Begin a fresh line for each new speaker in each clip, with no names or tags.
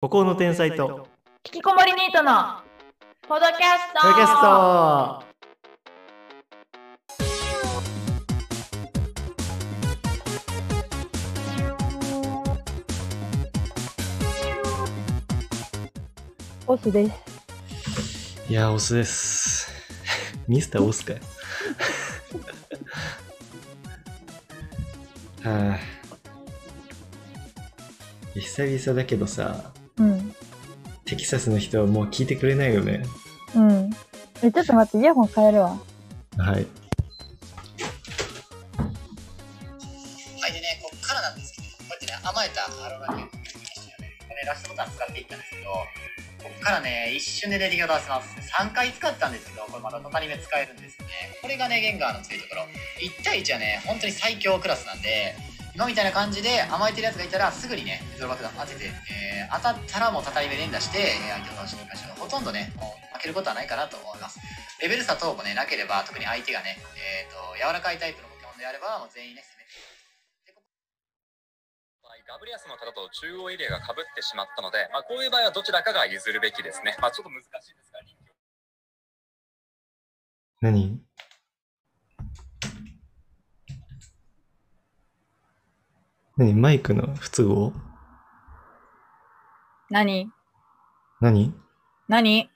孤高の天才と
引きこもりニートのポドキャスト
プロキャスト
ボスです。
いやーオスですミスターオスかよ あー久々だけどさ
うん。
テキサスの人はもう聞いてくれないよね
うん。え、ちょっと待って、イヤホン変えるわ。
はい
はい、でね、こっからなんですけど、こうやってね、甘えたアロラニウムの一種をね、これラストボタン使っていったんですけど、こっからね、一瞬でレディが出せます。3回使ったんですけど、これまだ畳目使えるんですよね。これがね、ゲンガーの強いところ。1対1はね、本当に最強クラスなんで、今みたいな感じで甘えてるやつがいたらすぐにね、ゾロ爆弾当てて、えー当たったらもう畳目連打して、えー相手を倒していきましょう。ほとんどね、もう負けることはないかなと思います。レベル差等もね、なければ、特に相手がね、えっ、と、柔らかいタイプのポケモンであれば、もう全員ね、攻めて
ガブリアスの方と中央エリアが被ってしまったので、まあ、こういう場合はどちらかが譲るべきですね。まあ、ちょっと難しいですが、臨機応
何何マイクの不都合
何
何
何
い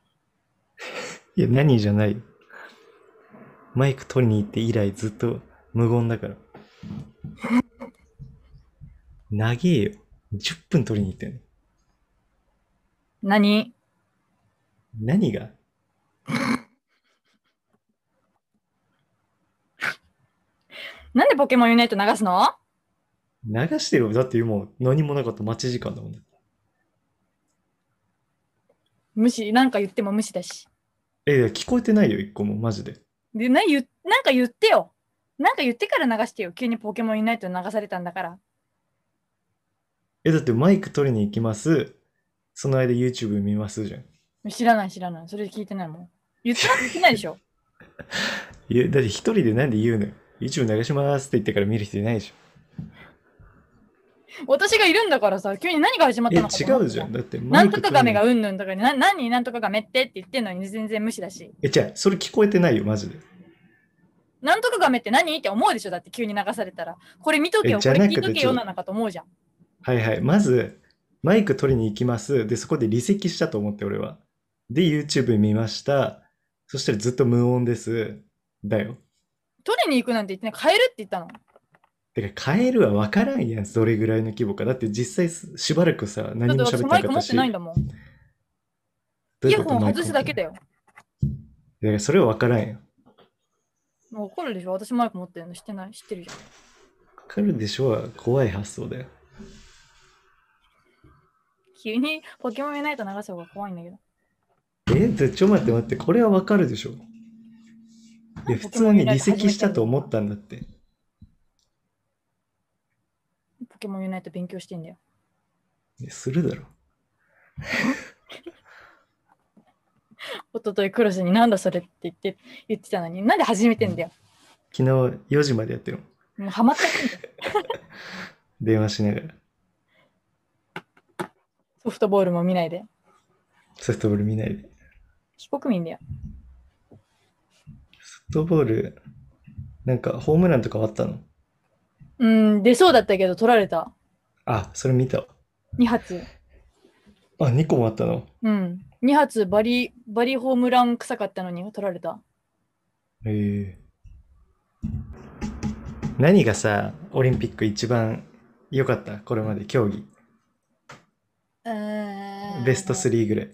や、何じゃないよ。マイク取りに行って以来ずっと無言だから。長えよ。10分取りに行ってんの。
何
何が
なんでポケモンユナイト流すの
流してよ。だってもう何もなかった待ち時間だもんね。
無視、なんか言っても無視だし。
え、いや聞こえてないよ、一個も、マジで。
で、な、ゆ、なんか言ってよ。なんか言ってから流してよ。急にポケモンユナイト流されたんだから。
え、だってマイク取りに行きます。その間 YouTube 見ますじゃん。
知らない知らない。それ聞いてないもん。言ったら言ってないでしょ。
いや、だって一人でなんで言うのよ。YouTube 流しますって言ってから見る人いないでしょ。
私がいるんだからさ、急に何が始まっ
え、
たのかと
違
思って
うじゃん。だってマ
な
イ
んと
ク取り
か
に
ガメがうんぬんとかに、な、何なんとかガメってって言ってんのに全然無視だし。
え、じゃそれ聞こえてないよ、マジで。
なんとかガメって何って思うでしょだって急に流されたら。これ見とけよ、
え
こ
じゃ
れ
なく
聞
て
いとけ
ちょ
よなのかと思うじゃん。
はいはい。まず、マイク取りに行きます。で、そこで離席したと思って、俺は。で、YouTube 見ました。そしたらずっと無音です。だよ。
取りに行くなんて言ってない。変えるって言ったの。
てか、変えるは分からんやん。どれぐらいの規模か。だって実際す、しばらくさ、
だっ
何
て
も喋っ
私
て
マ
な
イ
か
ク持
った
って
し。
ないんだもん。
どう
イ
い
ヤ
うこと
ホン外すだけだよ。
いやそれは分からんよ。
もう怒るでしょ私マイク持ってるの知ってない知ってるじゃん。
分かるでしょは怖い発想だよ。
急にポケモンいないと流す方が怖いんだけど。
え、でちょ、待って待って。これは分かるでしょ。いや、普通に離席したと思ったんだって。
ポケモンユナイト勉強してんだよ。
いやするだろ。
おとといクロスになんだそれって言って言ってたのに、なんで始めてんだよ。
昨日4時までやってるもん。
もうハマっちゃってんだよ。
電話しながら。
ソフトボールも見ないで。
ソフトボール見ないで。
非国民だよ。
ソフトボール、なんかホームランとかあったの
うん、出そうだったけど取られた。
あ、それ見たわ。
2発。
あ、2個もあったの
うん。2発バリ、バリホームラン臭かったのに取られた。
へえ何がさ、オリンピック一番良かったこれまで競技。ベスト。3ぐらい。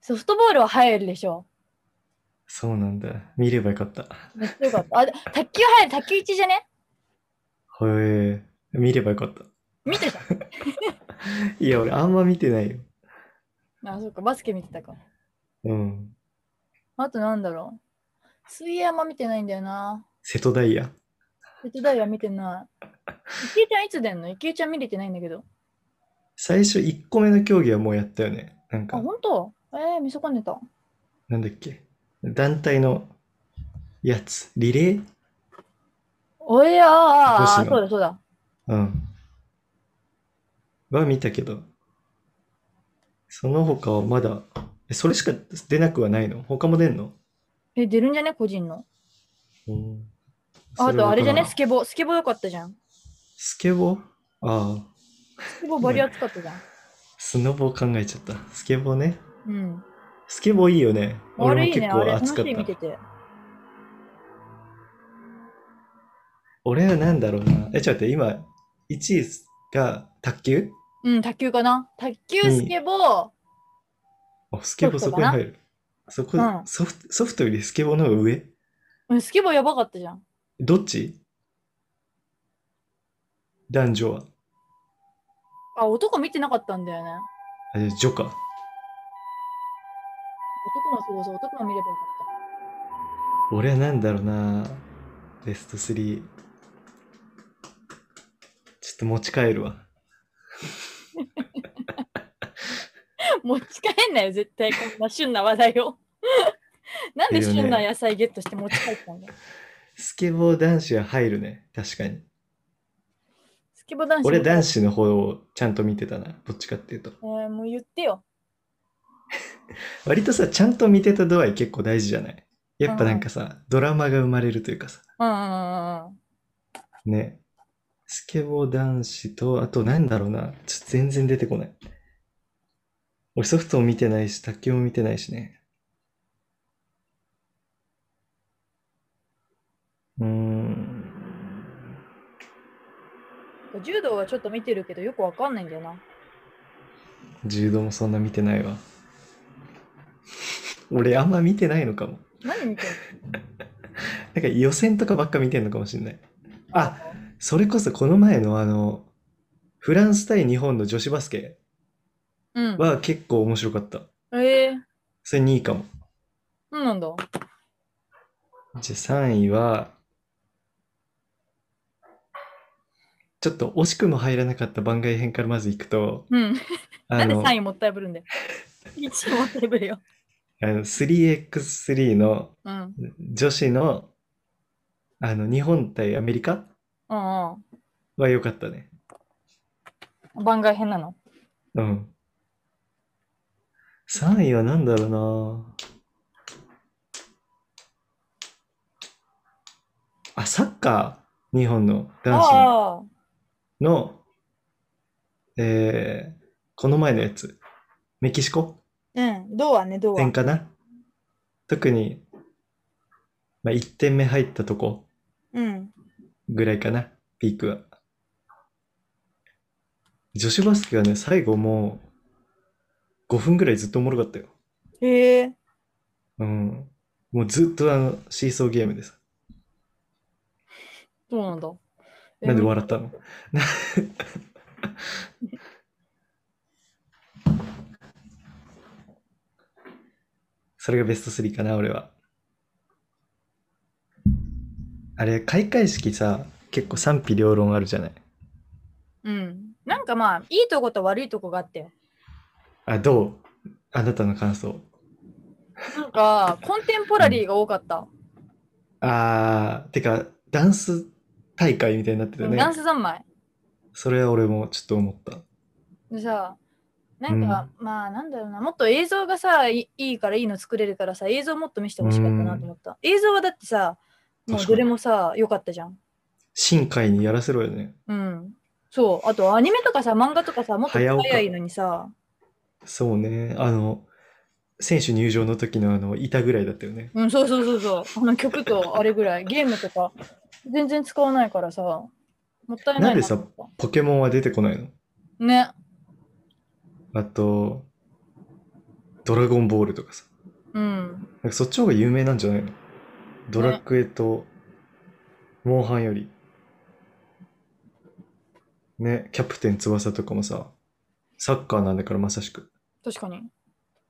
ソフトボールは入るでしょ。
そうなんだ。見ればよかった。へ
めっちゃよかった。あ、で卓球入る、卓球1じゃね
え見ればよかった。
見てた。
いや、俺あんま見てないよ。
あ、そっか、バスケ見てたか。
うん。
あとなんだろう。水泳あんま見てないんだよな。
瀬戸大也。
手伝いは見てない。池江ちゃんいつ出んの池江ちゃん見れてないんだけど。
最初1個目の競技はもうやったよね。なん
あ、
か、
ほんとえー、見損ねた。
なんだっけ。団体のやつ。リレー
おいやー、あーあ
女
ー、
子の
そうだそうだ。
うん。は見たけど、その他はまだ、えそれしか出なくはないの他も出んの
え、出るんじゃね個人の。
うん
あ
そは
と、あれじゃね
わからん
スケボー。スケボーよかったじゃん。
スケボーああ、
スケボーバリア使ったじゃん。
スノボー考えちゃった。スケボーね。
うん。
スケボーいいよね。
あれ
俺
い
も
いね。
結
あれ
構
楽
熱
し
かっ
い見て
た。
て。
俺はなんだろうな。え、ちょっと待って、今、1位が卓球
うん、卓球かな。卓球、
うん
スケボー。
あスケボーそ
ソフ
こ
ト
に
かな
入る。そこ、
うん
ソフト、ソフトよりスケボーの方が上
うん、スケボーやばかったじゃん。
どっち男女は。
あ、男見てなかったんだよね。
あ、じゃあ女か。
男もそうそう、男も見ればよかっ
俺はなんだろうな。ベスト3。ちょっと持ち帰るわ。
た。 持ち帰んなよ、絶対こんな旬な話題を。 なんで
いいよね
旬な野菜ゲットして持ち帰ったんだよ
スケボー男子は入るね。確かに。
スケボー男子。
俺男
子。
子の方をちゃんと見てたな。どっちかっていうと。
えー、もう言ってよ。
割とさ、ちゃんと見てた度合い結構大事じゃないやっぱなんかさ、ドラマが生まれるというかさ。
うんうんうんうん。
ね。スケボー男子と、あとなんだろうな。ちょっと全然出てこない。俺ソフトも見てないし、卓球も見てないしね。うーん。
柔道はちょっと見てるけど、よくわかんないんだよな。
柔道もそんな見てないわ。俺あんま見てないのかも。
何見てる
なんか予選とかばっか見てんのかもしれない。あ、それこそこの前のあの、フランス対日本の女子バスケ
うん。
は結構面白かった。
えー、
それ2位かも。
そうなんだ。
じゃあ3位は、ちょっと惜しくも入らなかった番外編からまずいくと、
うん。な
あ
んで
の、
3位もったいぶるんだよ。1位もったいぶるよ。
あの 3x3 の
うん。うん
女子の、あの、日本対アメリカ
う
は良かったね。
ん。番外編なの。
うん。3位は何だろうなあ、サッカー、日本の男子
ああ。
の、えー、この前のやつ、メキシコ
うん。どうはね、どうは
戦。かな特に、まあ、1点目入ったとこ
うん。
ぐらいかな、ピークは。女子バスケがね、最後もう5分ぐらいずっとおもろかったよ。
へえ。
うん。もうずっとあの、シーソーゲームでさ。
そうなんだ。え
なんで笑ったの なそれがベスト3かな、俺は。あれ、開会式さ、結構賛否両論あるじゃない。
うん。なんかまあ、いいとこと悪いとこがあってよ。
あ、どうあなたの感想。
なんか、コンテンポラリーが多かった。
あー、てか、ダンス大会みたいになってたね
ダ。ンス三昧。
それは俺もちょっと思った。
でさ、なんか、まあ、なんだろうな、もっと映像がさ、いいいからいいの作れるからさ、映像もっと見せてほしかったなと思った。映像はだってさ、もう
確かに
どれもさ、良かったじゃん。
新海にやらせろよね。
うん。そう。あと、アニメとかさ、漫画とかさ、もっと
早岡
早いのにさ、
そうね、あの、選手入場の時のあの、板ぐらいだったよね。
うん、そうそうそうそう。あの曲とあれぐらい、ゲームとか、全然使わないからさ、もったいない
なんで
と
さ
思った、
ポケモンは出てこないの
ね。
あと、ドラゴンボールとかさ。
うん。
なんかそっちの方が有名なんじゃないのドラクエと、モンハンより。ね、キャプテン翼とかもさ、サッカーなんだからまさしく。
確かに。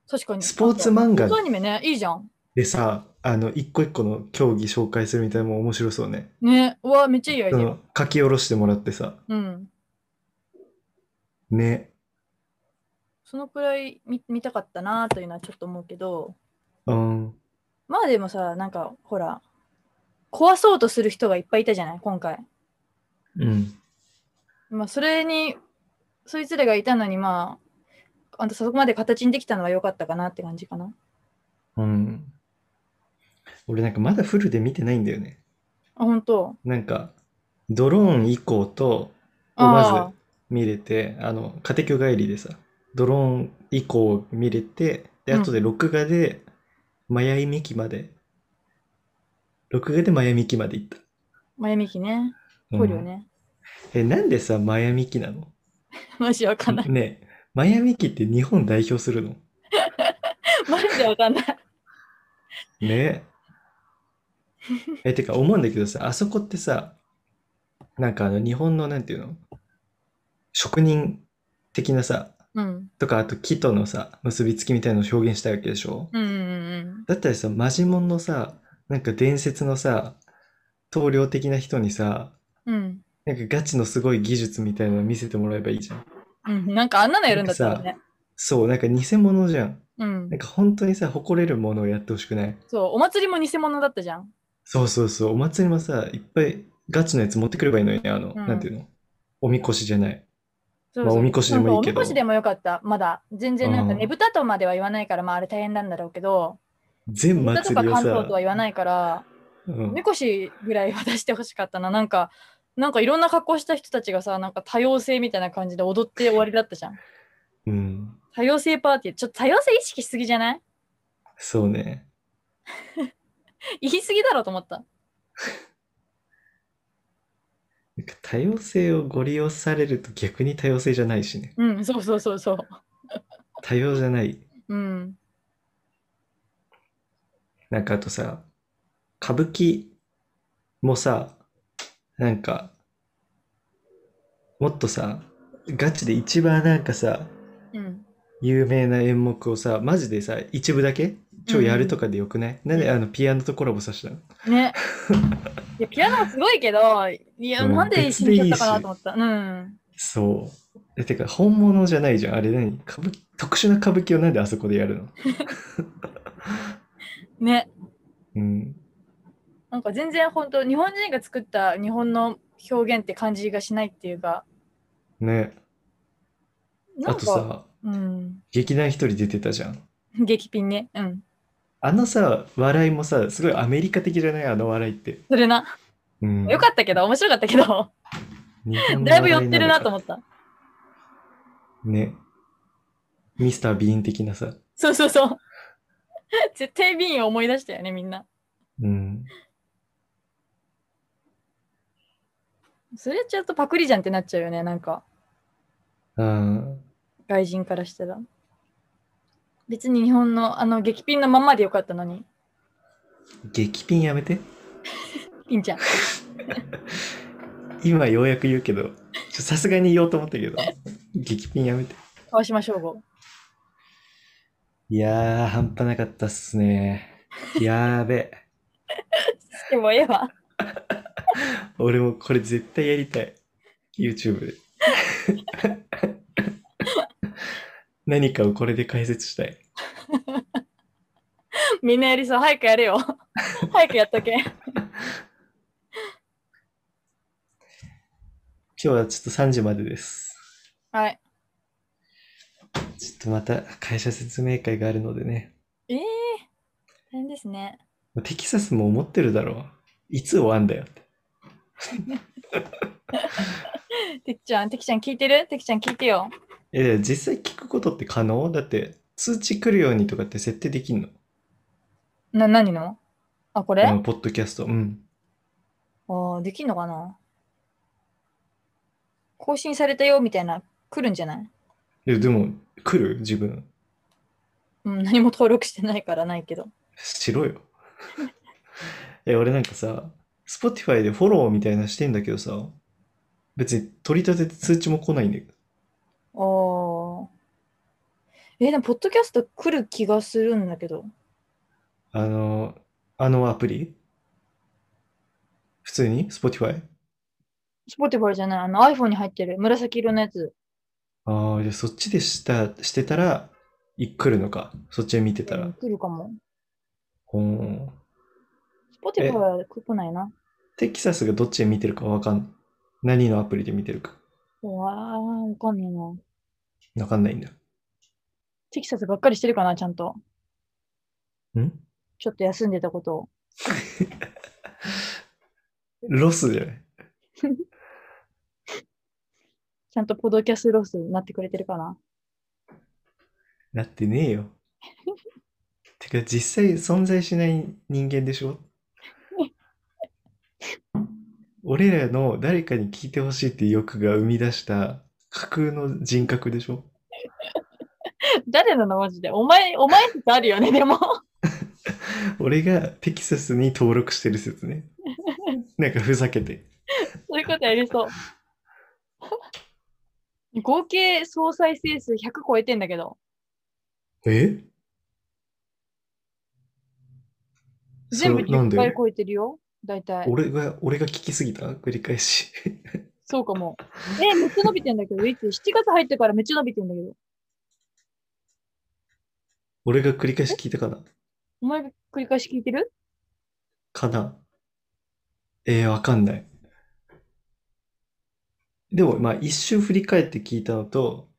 確かに。
スポーツ漫
スポ
画
ーツアニメね、いいじゃん。
でさ、あの、一個一個の競技紹介するみたいなのも面白そうね。
ね、うわ、めっちゃいいアイ
そ
デア
の。書き下ろしてもらってさ、
うん。
ね、
そのくらい見見たかったなというのはちょっと思うけど、
うん、
まあでもさ、なんかほら、壊そうとする人がいっぱいいたじゃない、今回。
うん。
まあそれに、そいつらがいたのにまあ、あとそこまで形にできたのは良かったかなって感じかな。
うん。俺なんかまだフルで見てないんだよね。
あ、本当。
なんか、ドローン以降と、をま
あ
ず見れて、あの、家庭教帰りでさ、ドローン以降見れて、で、
うん
後で録画で、マヤイミキまで、録画でマヤミキまで行った。
あ、前向きね。
うん
ポリオね。
え、なんでさ、マヤミキなの
マジわかんない。
ねえ、マヤミキって日本代表するの
マジでわ かんない。
ねえ。え、てか思うんだけどさ、あそこってさ、なんかあの日本のなんていうの職人的なさ、
うん。
とかあと木とのさ、結びつきみたいなのを表現したいわけでしょ
うんうんうん
だったらさ、マジモンのさ、なんか伝説のさ、棟梁的な人にさ、
うん。うん。
なんかガチのすごい技術みたいなの見せてもらえばいいじゃん。
うん、なんかあんなのやるんだったら
な
ね。
そう、なんか偽物じゃん。
うん
なん。か本当にさ、誇れるものをやってほしくない
そう、お祭りも偽物だったじゃん。
そうそうそう、お祭りもさ、いっぱいガチのやつ持ってくればいいのにね、あの、
うん
なんていうのおみこしじゃない。
そうそう
まあおみこしでもいいけど
なんかおみこしでもよかった。まだ。全然なんか
うん
ねぶたとまでは言わないから、まああれ大変なんだろうけど、
全
ねぶたと
祭
か
りを
関
さ
東と、は言わないから、
う
お
ん
みこしぐらいは出してほしかったな。なんか、なんかいろんな格好した人たちがさ、なんか多様性みたいな感じで踊って終わりだったじゃん。
うん、
多様性パーティー。ちょっと多様性意識しすぎじゃない
そうね。
言いすぎだろうと思った。
なんか多様性をご利用されると逆に多様性じゃないしね。
うん、そうそうそうそう。
多様じゃない。
うん。
なんかあとさ、歌舞伎もさ、なんか、もっとさ、ガチで一番なんかさ、
うん。
有名な演目をさ、マジでさ、一部だけ超やるとかでよくない、なんであのピアノとコラボさせたの
ね。いや、ピアノはすごいけど、いや、
うん
なんで死んじゃったかなと思った。うん。
そう。え、てか本物じゃないじゃん。あれ何歌舞特殊な歌舞伎をなんであそこでやるの
ね。
うん。
なんか全然本当日本人が作った日本の表現って感じがしないっていうか、
ね。
な
あ
んか、
とさ、
うん、
劇団一人出てたじゃん。
激ピンね。うん。
あのさ、笑いもさ、すごいアメリカ的じゃないあの笑いって。
それな。
うん。
よかったけど、面白かったけど、
日本の
だいぶ寄
笑な
っ
の
てるな
か
と思った。
ね。ミスター・ビーン的なさ。
そうそうそう。絶対瓶を思い出したよね、みんな。
うん。
それやっちゃうとパクリじゃんってなっちゃうよね、なんか、
あー
外人からしたら。別に日本のあの激ピンのまんまでよかったのに、
激ピンやめて。
いいんじゃん。
今ようやく言うけど、ちょさすがに言おうと思ったけど、激ピンやめて。
川島省吾。
いやー、半端なかったっすね。やーべ。
でもええわ。
俺もこれ絶対やりたい。YouTube で。何かをこれで解説したい。
みんなやりそう。早くや れよ。早くやっとけ。
今日はちょっと3時までです。
はい。
ちょっとまた会社説明会があるのでね。
ええ大変ですね。
テキサスも思ってるだろう。いつ終わんだよって。
てきちゃん、てきちゃん聞いてるてきちゃん聞いてよ。
え、実際聞くことって可能だって通知来るようにとかって設定できんの
な、何のあ、これ、
あのポッドキャスト。うん。
ああ、できんのかな更新されたよみたいな、来るんじゃない
いや、でも来る自分。
うん、何も登録してないからないけど。
しろよ。え、俺なんかさ、Spotify でフォローみたいなしてんだけどさ、別に取り立てて通知も来ないんだけど。
ああ。えーでも、ポッドキャスト来る気がするんだけど。
あの、あのアプリ普通に ?Spotify?
Spotify じゃない、あの iPhone に入ってる紫色のやつ。
ああ、じゃあそっちでした、してたら、い来るのか。そっちで見てた
うん
ら。
来るかも。
ほー
Spotify は来ないな。
テキサスがどっちで見てるかわかんない。何のアプリで見てるか。
うわあ、わかんないな。
わかんないんだ。
テキサスばっかりしてるかな、ちゃんと。
ん
ちょっと休んでたことを。
ロスじゃない
ちゃんとポドキャスロスになってくれてるかな。
なってねえよ。てか実際存在しない人間でしょ俺らの誰かに聞いてほしいっていう欲が生み出した架空の人格でしょ
誰なのマジで。お前、お前ってあるよね、 でも。
俺がテキサスに登録してる説ね。なんかふざけて。
そういう ことやりそう。合計総再生数100超えてんだけど。
えそ
全
れ
部
なん
10回
で
超えてるよ。大体。
俺が、俺が聞きすぎた繰り返し。
そうかも。え、めっちゃ伸びてんだけど、いつ ?7 月入ってからめっちゃ伸びてんだけど。
俺が繰り返し聞いたかな
お前繰り返し聞いてる
かなえー、わかんない。でも、まあ、一周振り返って聞いたのと、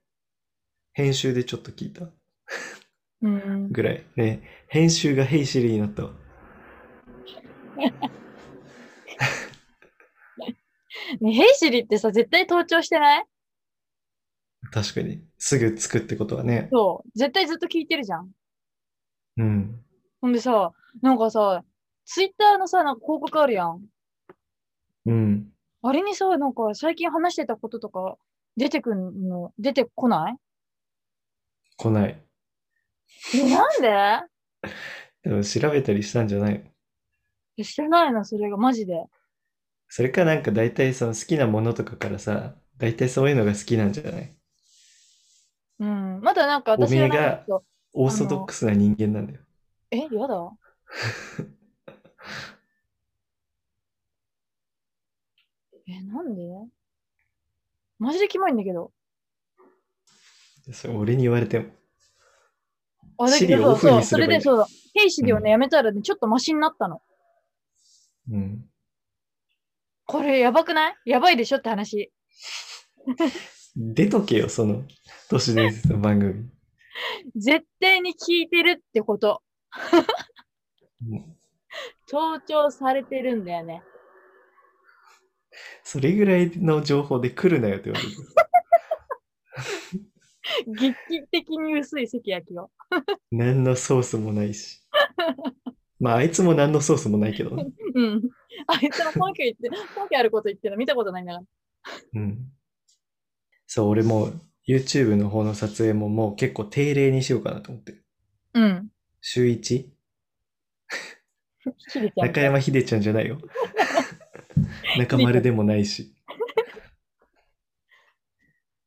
編集でちょっと聞いた
うん。
ぐらい。ね、編集がヘイシリになったわ。
ね、ヘイシリってさ、絶対盗聴してない
確かに。すぐつくってことはね。
そう。絶対ずっと聞いてるじゃん。
うん。
ほんでさ、なんかさ、ツイッターのさ、なんか広告あるやん。
うん。
あれにさ、なんか最近話してたこととか出てくんの、出てこない
来ない。
え、なんで
でも調べたりしたんじゃないの
え知らないの、それが、マジで。
それかなんか大体その好きなものとかからさ、大体そういうのが好きなんじゃない
うん。まだなんか私は
おめえ
な
が
んかちょっと
オーソドックスな人間なんだよ。
え、やだ。え、なんでマジでキモいんだけど。
それ俺に言われても。
あ、だ
シ
け
リを
ど、
オフ
そう、
にす
それ
ればいい
で
んだ
そ
よ
うだ。兵士でを
うん
ね、やめたらね、ちょっとマシになったの。
うん。
これやばくないやばいでしょって話。
出とけよ、その都市伝説の番組。
絶対に聞いてるってこと。
うん
盗聴されてるんだよね。
それぐらいの情報で来るなよって言わ れる。
劇的に薄い関焼きを。
何のソースもないし。まあ、あいつも何のソースもないけどね。
うん。あいつの本拠言って、本拠あること言ってるの見たことないんだから。
うん。そう、俺もう YouTube の方の撮影ももう結構定例にしようかなと思ってる。
うん。
週 1?
ひでちゃんみ
中
たい。
山秀ちゃんじゃな いよ。中丸でもないし。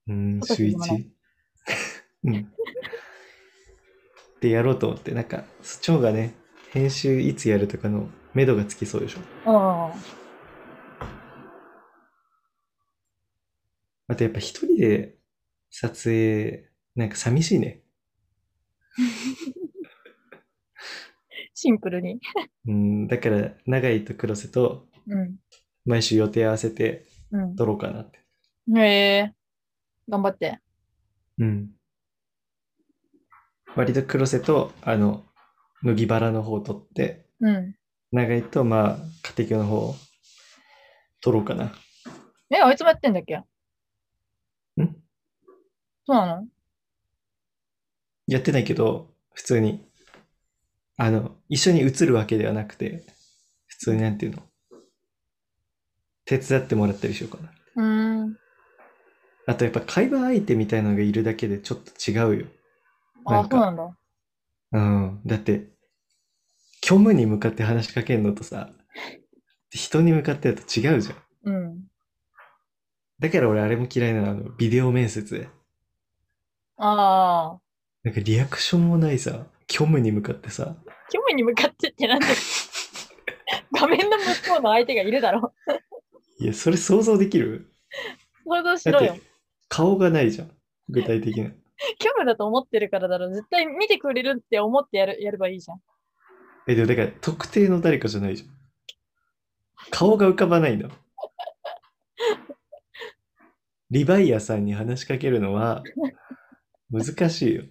うん、
博士
週
でもない
一。 うん。でやろうと思って、なんか、そっちの方がね、編集いつやるとかの目処がつきそうでしょ。
うん。
あとやっぱ一人で撮影、なんか寂しいね。
シンプルに。
うん、だから、永井と黒瀬と
うん。
毎週予定合わせて
う
撮ろうかなって。
ん。へえ頑張って。
うん。割と黒瀬と、あの、麦原の方を撮って、
うん。
長いと、まあ、家庭教の方、取ろうかな。
え、あいつもやってんだっけ
ん
そうなの
やってないけど、普通に、あの、一緒に映るわけではなくて、普通になんていうの、手伝ってもらったりしようかな。
うーん。
あとやっぱ会話相手みたいのがいるだけでちょっと違うよ。な
あ、
ん
そうな
か、
んだ。
うん。だって、虚無に向かって話しかけるのとさ、人に向かってだと違うじゃん。
うん。
だから俺あれも嫌いなの、あの、ビデオ面接で。
ああ。
なんかリアクションもないさ、虚無に向かってさ、
虚無に向かってってなん で画面の向こうの相手がいるだろ。
いや、それ想像できる
想像し
だっ
ろよ
て。、顔がないじゃん。具体的な。
虚無だと思ってるからだろ。絶対見てくれるって思ってやるやればいいじゃん。
え、でもだから、特定の誰かじゃないじゃん。顔が浮かばないんだもん。リヴァイアさんに話しかけるのは、難しいよ。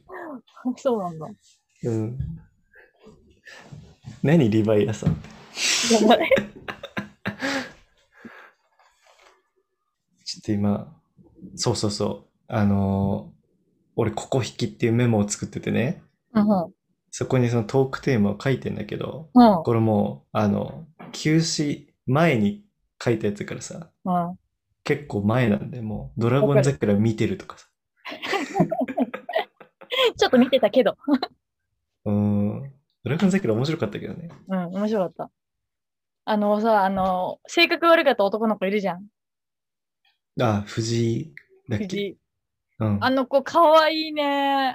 そうなんだ。
うん。何リバイアさんって。
やばい。
ちょっと今、そうそうそう。あのー俺、ここ引きっていうメモを作っててね。
うんうん。
そこにそのトークテーマを書いてんだけど、
うん
これもう、あの、休止前に書いたやつだからさ、
うん。
結構前なんで、もう、ドラゴン桜見てるとかさ。
ちょっと見てたけど。
うーん。ドラゴン桜面白かったけどね。
うん、面白かった。あのさ、あの、性格悪かった男の子いるじゃん。
あ、藤井だっ
藤
け。
井。
うん。
あ
だ
の子、かわいいね。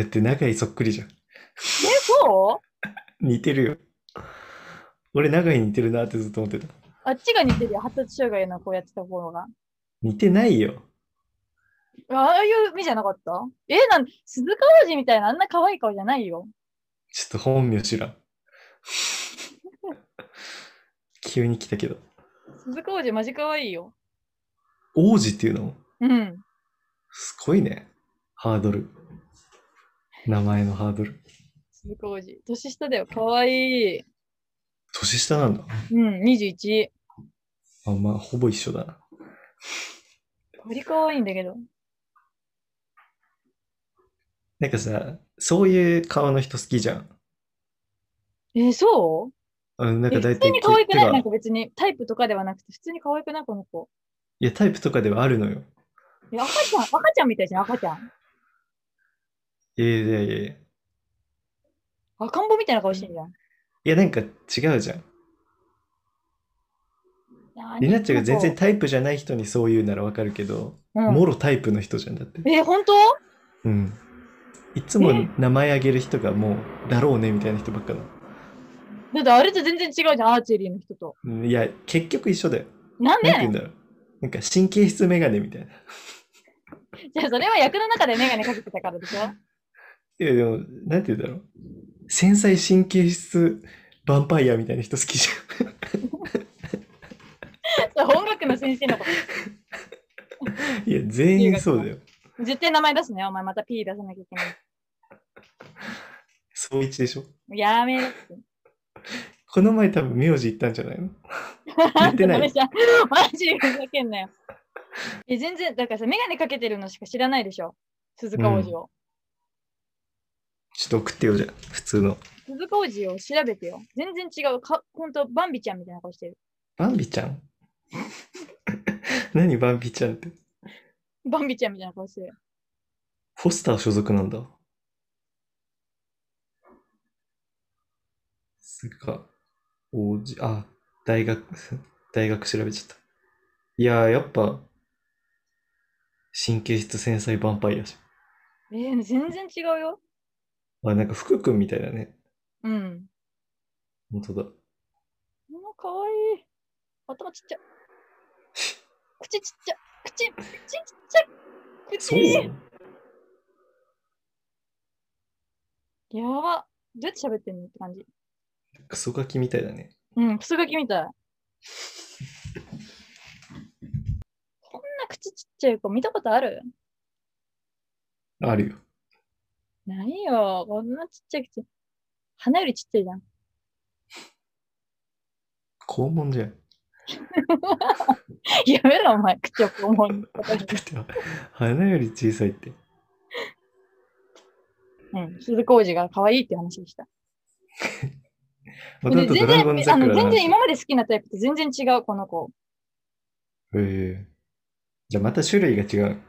って永井そっくりじゃん。
え、そう
似てるよ。俺、永井似てるなってずっと思ってた。
あっちが似てるよ。発達障害の子やってた頃が。
似てないよ。
ああいう目じゃなかったえ、なん、鈴鹿王子みたいなあんな可愛い顔じゃないよ。
ちょっと本名知らん。 急に来たけど。
鈴鹿王子マジ可愛いよ。
王子っていうのも、
うん。
すごいね。ハードル。名前のハードル。
鈴鹿王子。年下だよ。可愛い。
年下なんだ。
うん、21。
あまあ、ほぼ一緒だな。
鳥可愛いんだけど。
なんかさ、そういう顔の人好きじゃん。
え、そう
うん、なん
え普
か大
通
体
に可愛く
手
ない
が
なん
い
か別にタイプとかではなくて、普通に可愛くないこの子。
や、タイプとかではあるのよ。
え赤ちゃん、赤ちゃんみたいじゃん、赤ちゃん。
いやいやいやいや。い
赤ん坊みたいな顔してんじゃん。
や、なんか違うじゃん。りなっちゃんが全然タイプじゃない人にそう言うならわかるけど、
うん
もろタイプの人じゃんだって。
え、本当
うん。いつも名前あげる人がもう、だろうねみたいな人ばっかな
だってあれと全然違うじゃん、アーチェリーの人と。
うん。いや、結局一緒だよ。
なんで
なんて
やね
言うん
ん
だろう。なんか神経質メガネみたいな。
じゃあそれは役の中でメガネかけてたからでしょ
いや、でも、なんて言うんだろう。繊細神経質ヴァンパイアみたいな人好きじゃん。
それ音楽の先生のこ
いや、全員そうだよ。
と。絶対名前出すね。お前また P 出さなきゃいけない。
そう一でしょ。
やめろ。
この前多分名字言ったんじゃないの言ってな
ダメ
い。
じゃん マジでふざけんなよ。え、全然、だからさ、メガネかけてるのしか知らないでしょ。鈴鹿王子を。
ちょっと送ってよ、じゃあ普通の。
鈴鹿王子を調べてよ。全然違う。かほんと、バンビちゃんみたいな顔してる。
バンビちゃん 何バンビちゃんって。
バンビちゃんみたいな顔してる。
フォスター所属なんだ。すか、王子、あ、大学、 大学調べちゃった。いやー、やっぱ、神経質繊細ヴァンパイアじ
えー全然違うよ。
ゃん。あ、なんか福君みたいだね。
うん。
本当だ。
もうかわいい。頭ちっちゃ。口ちっちゃ。口、口ちっちゃ。
そ
口
うなの
やば。どうやって喋ってんのって感じ。
クソガキみたいだね。
うん、クソガキみたい。こんな口ちっちゃい子見たことある
あるよ。
ないよ。こんなちっちゃい口。鼻よりちっちゃいじゃん。
肛門じゃん。
やめろ、お前。口をこう思う。
だって鼻より小さいって。
うん。鈴小路が可愛いって話でした。
またあ
で
と
全
ドラゴン
然、あ
桜
の、
の
全然
話。
今まで好きなタイプと全然違う、この子。
えーじゃあまた種類が違う。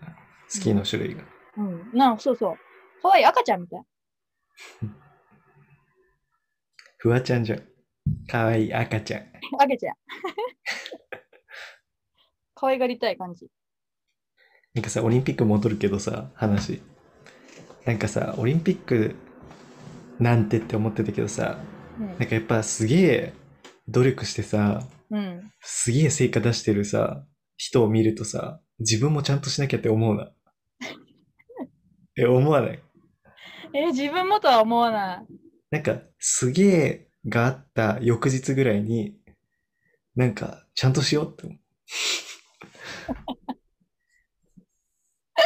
好きの種類が。
うん。なそうそう。可愛い赤ちゃんみたい。
フワちゃんじゃん。かわいい赤ちゃん。
赤 ちゃん。可愛がりたい感じ。
なんかさ、オリンピック戻るけどさ、話。なんかさ、オリンピックなんてって思ってたけどさ、
うん
なん。かやっぱすげえ努力してさ、
うん。
すげえ成果出してるさ、人を見るとさ、自分もちゃんとしなきゃって思うな。え、思わない。
えー自分もとは思わない。
なんか、すげえがあった翌日ぐらいに、なんか、ちゃんとしようって思う。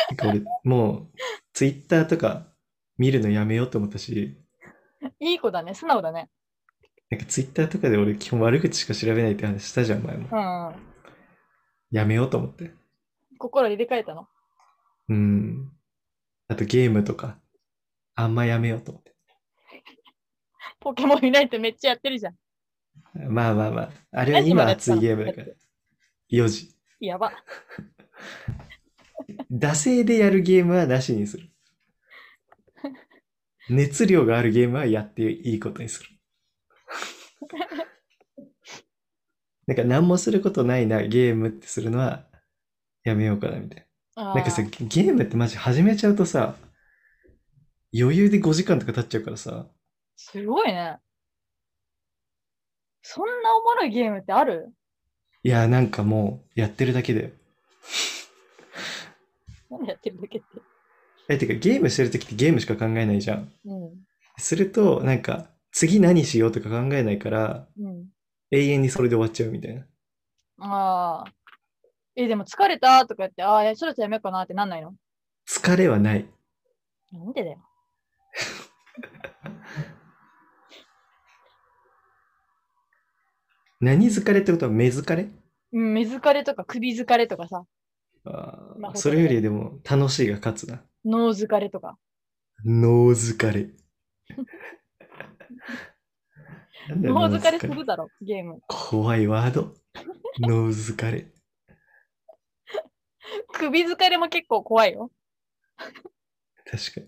なんか俺、もう、ツイッターとか、見るのやめようと思ったし、
いい子だね、素直だね。
なんかツイッターとかで俺基本悪口しか調べないって話したじゃん、前も
う。ん。
やめようと思って。
心入れ替えたの。
うん。あとゲームとか、あんまやめようと思って。
ポケモンユナイトめっちゃやってるじゃん。
まあまあまあ、あれは今熱いゲームだから。4時。
やば。
惰性でやるゲームはなしにする。熱量があるゲームはやっていいことにする。なんか何もすることないな、ゲームってするのはやめようかな、みたいな。
な
なんかさ、ゲームってマジ始めちゃうとさ、余裕で5時間とか経っちゃうからさ、
すごいね。そんなおもろいゲームってある
いや、なんかもうやってるだけだよ。
何やってるだけって。
え、てかゲームしてる時ってゲームしか考えないじゃん。
うん。
すると、なんか、次何しようとか考えないから、
うん。
永遠にそれで終わっちゃうみたいな。
ああ。え、でも疲れたとか言って、ああ、そろそろやめようかなってなんないの
疲れはない。
なんでだよ。
何疲れってことは目疲れ
うん、目疲れとか首疲れとかさ、
あー
まあ
それよりでも、楽しいが勝つな。
脳疲れとか。
脳疲れ。なんだよ
脳疲れするだろ、ゲーム。
怖いワード。脳疲れ。
首疲れも結構怖いよ。
確かに。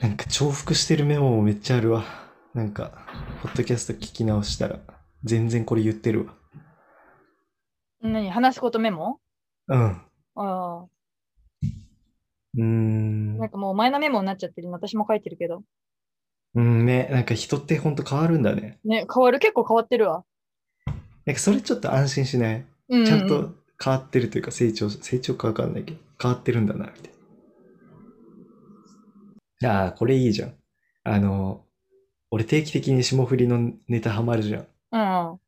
なんか重複してるメモもめっちゃあるわ。なんか、ポッドキャスト聞き直したら、全然これ言ってるわ。
何話すことメモ
うん。
ああ。
うーん。
なんかもう前のメモになっちゃってるの私も書いてるけど。
うんね、なんか人ってほんと変わるんだね。
ね、変わる、結構変わってるわ。
なんかそれちょっと安心しない。
うん、
ちゃん。と変わってるというか成長、成長かわかんないけど、変わってるんだな、みたいな。ああ、これいいじゃん。あの、俺定期的に霜降りのネタハマるじゃん。
うん。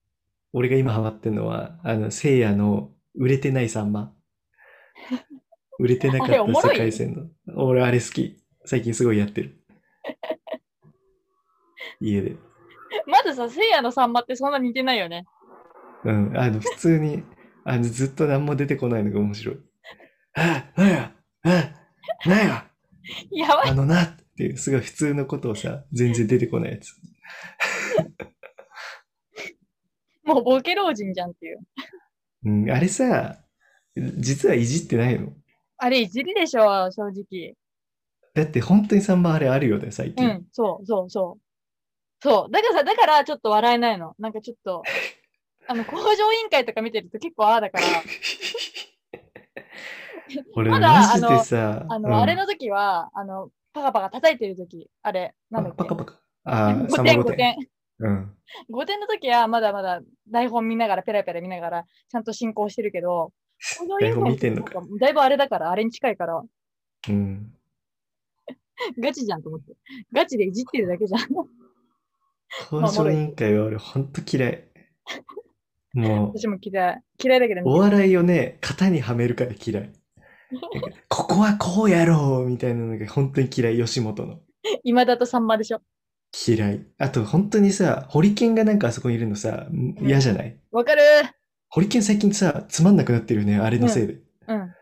俺が今ハマってるのは、あの、せいやの売れてないさんま。売れてなかっ
あれおも
た
ろ
世
い
界線の。俺あれ好き。最近すごいやってる。家で。
まずさ、せいやのさんまってそんな似てないよね。
うん、あの、普通に、あの、ずっと何も出てこないのが面白い。あ、なんや、あ、なんや、
やばい。
あのなっていう、すごい普通のことをさ、全然出てこないやつ。
もうボケ老人じゃんっていう。
うん、あれさ、実はいじってないの。
あれ、いじりでしょ、正直。
だって本当にさんまあれあるよね、最
う
近。
ん、そう、そう、そう。そう。だからさ、だからちょっと笑えないの。なんかちょっ と、あの、工場委員会とか見てると結構ああだ から、
俺、
まだ
マジでさ、
あの、
うん
あれの時は、あの、パカパカ叩いてる時、あれ、なんだっけ。
パカパカ。あー、
5
さんま
点、
御
5
殿。
点。
うん。
5点の時はまだまだ台本見ながら、ペラペラ見ながら、ちゃんと進行してるけど、工場委員
台本
会
見てんのか
とだいぶあれだから、あれに近いから、
うん。
ガチじゃんと思って。ガチでいじってるだけじゃん。
工
まあおも
場
ろ
委
い
員会は俺本当嫌い。もう。
私も嫌い。嫌いだけど
お
ね、
笑いをね、型にはめるから嫌い。なんかここはこうやろうみたいなのが本当に嫌い、吉本の。
今だとサンマでしょ。
嫌い。あと本当にさ、ホリケンがなんかあそこにいるのさ、ん嫌じゃない
わかる
ホリケン最近さ、つまんなくなってるよね、あれのせいで。
うん。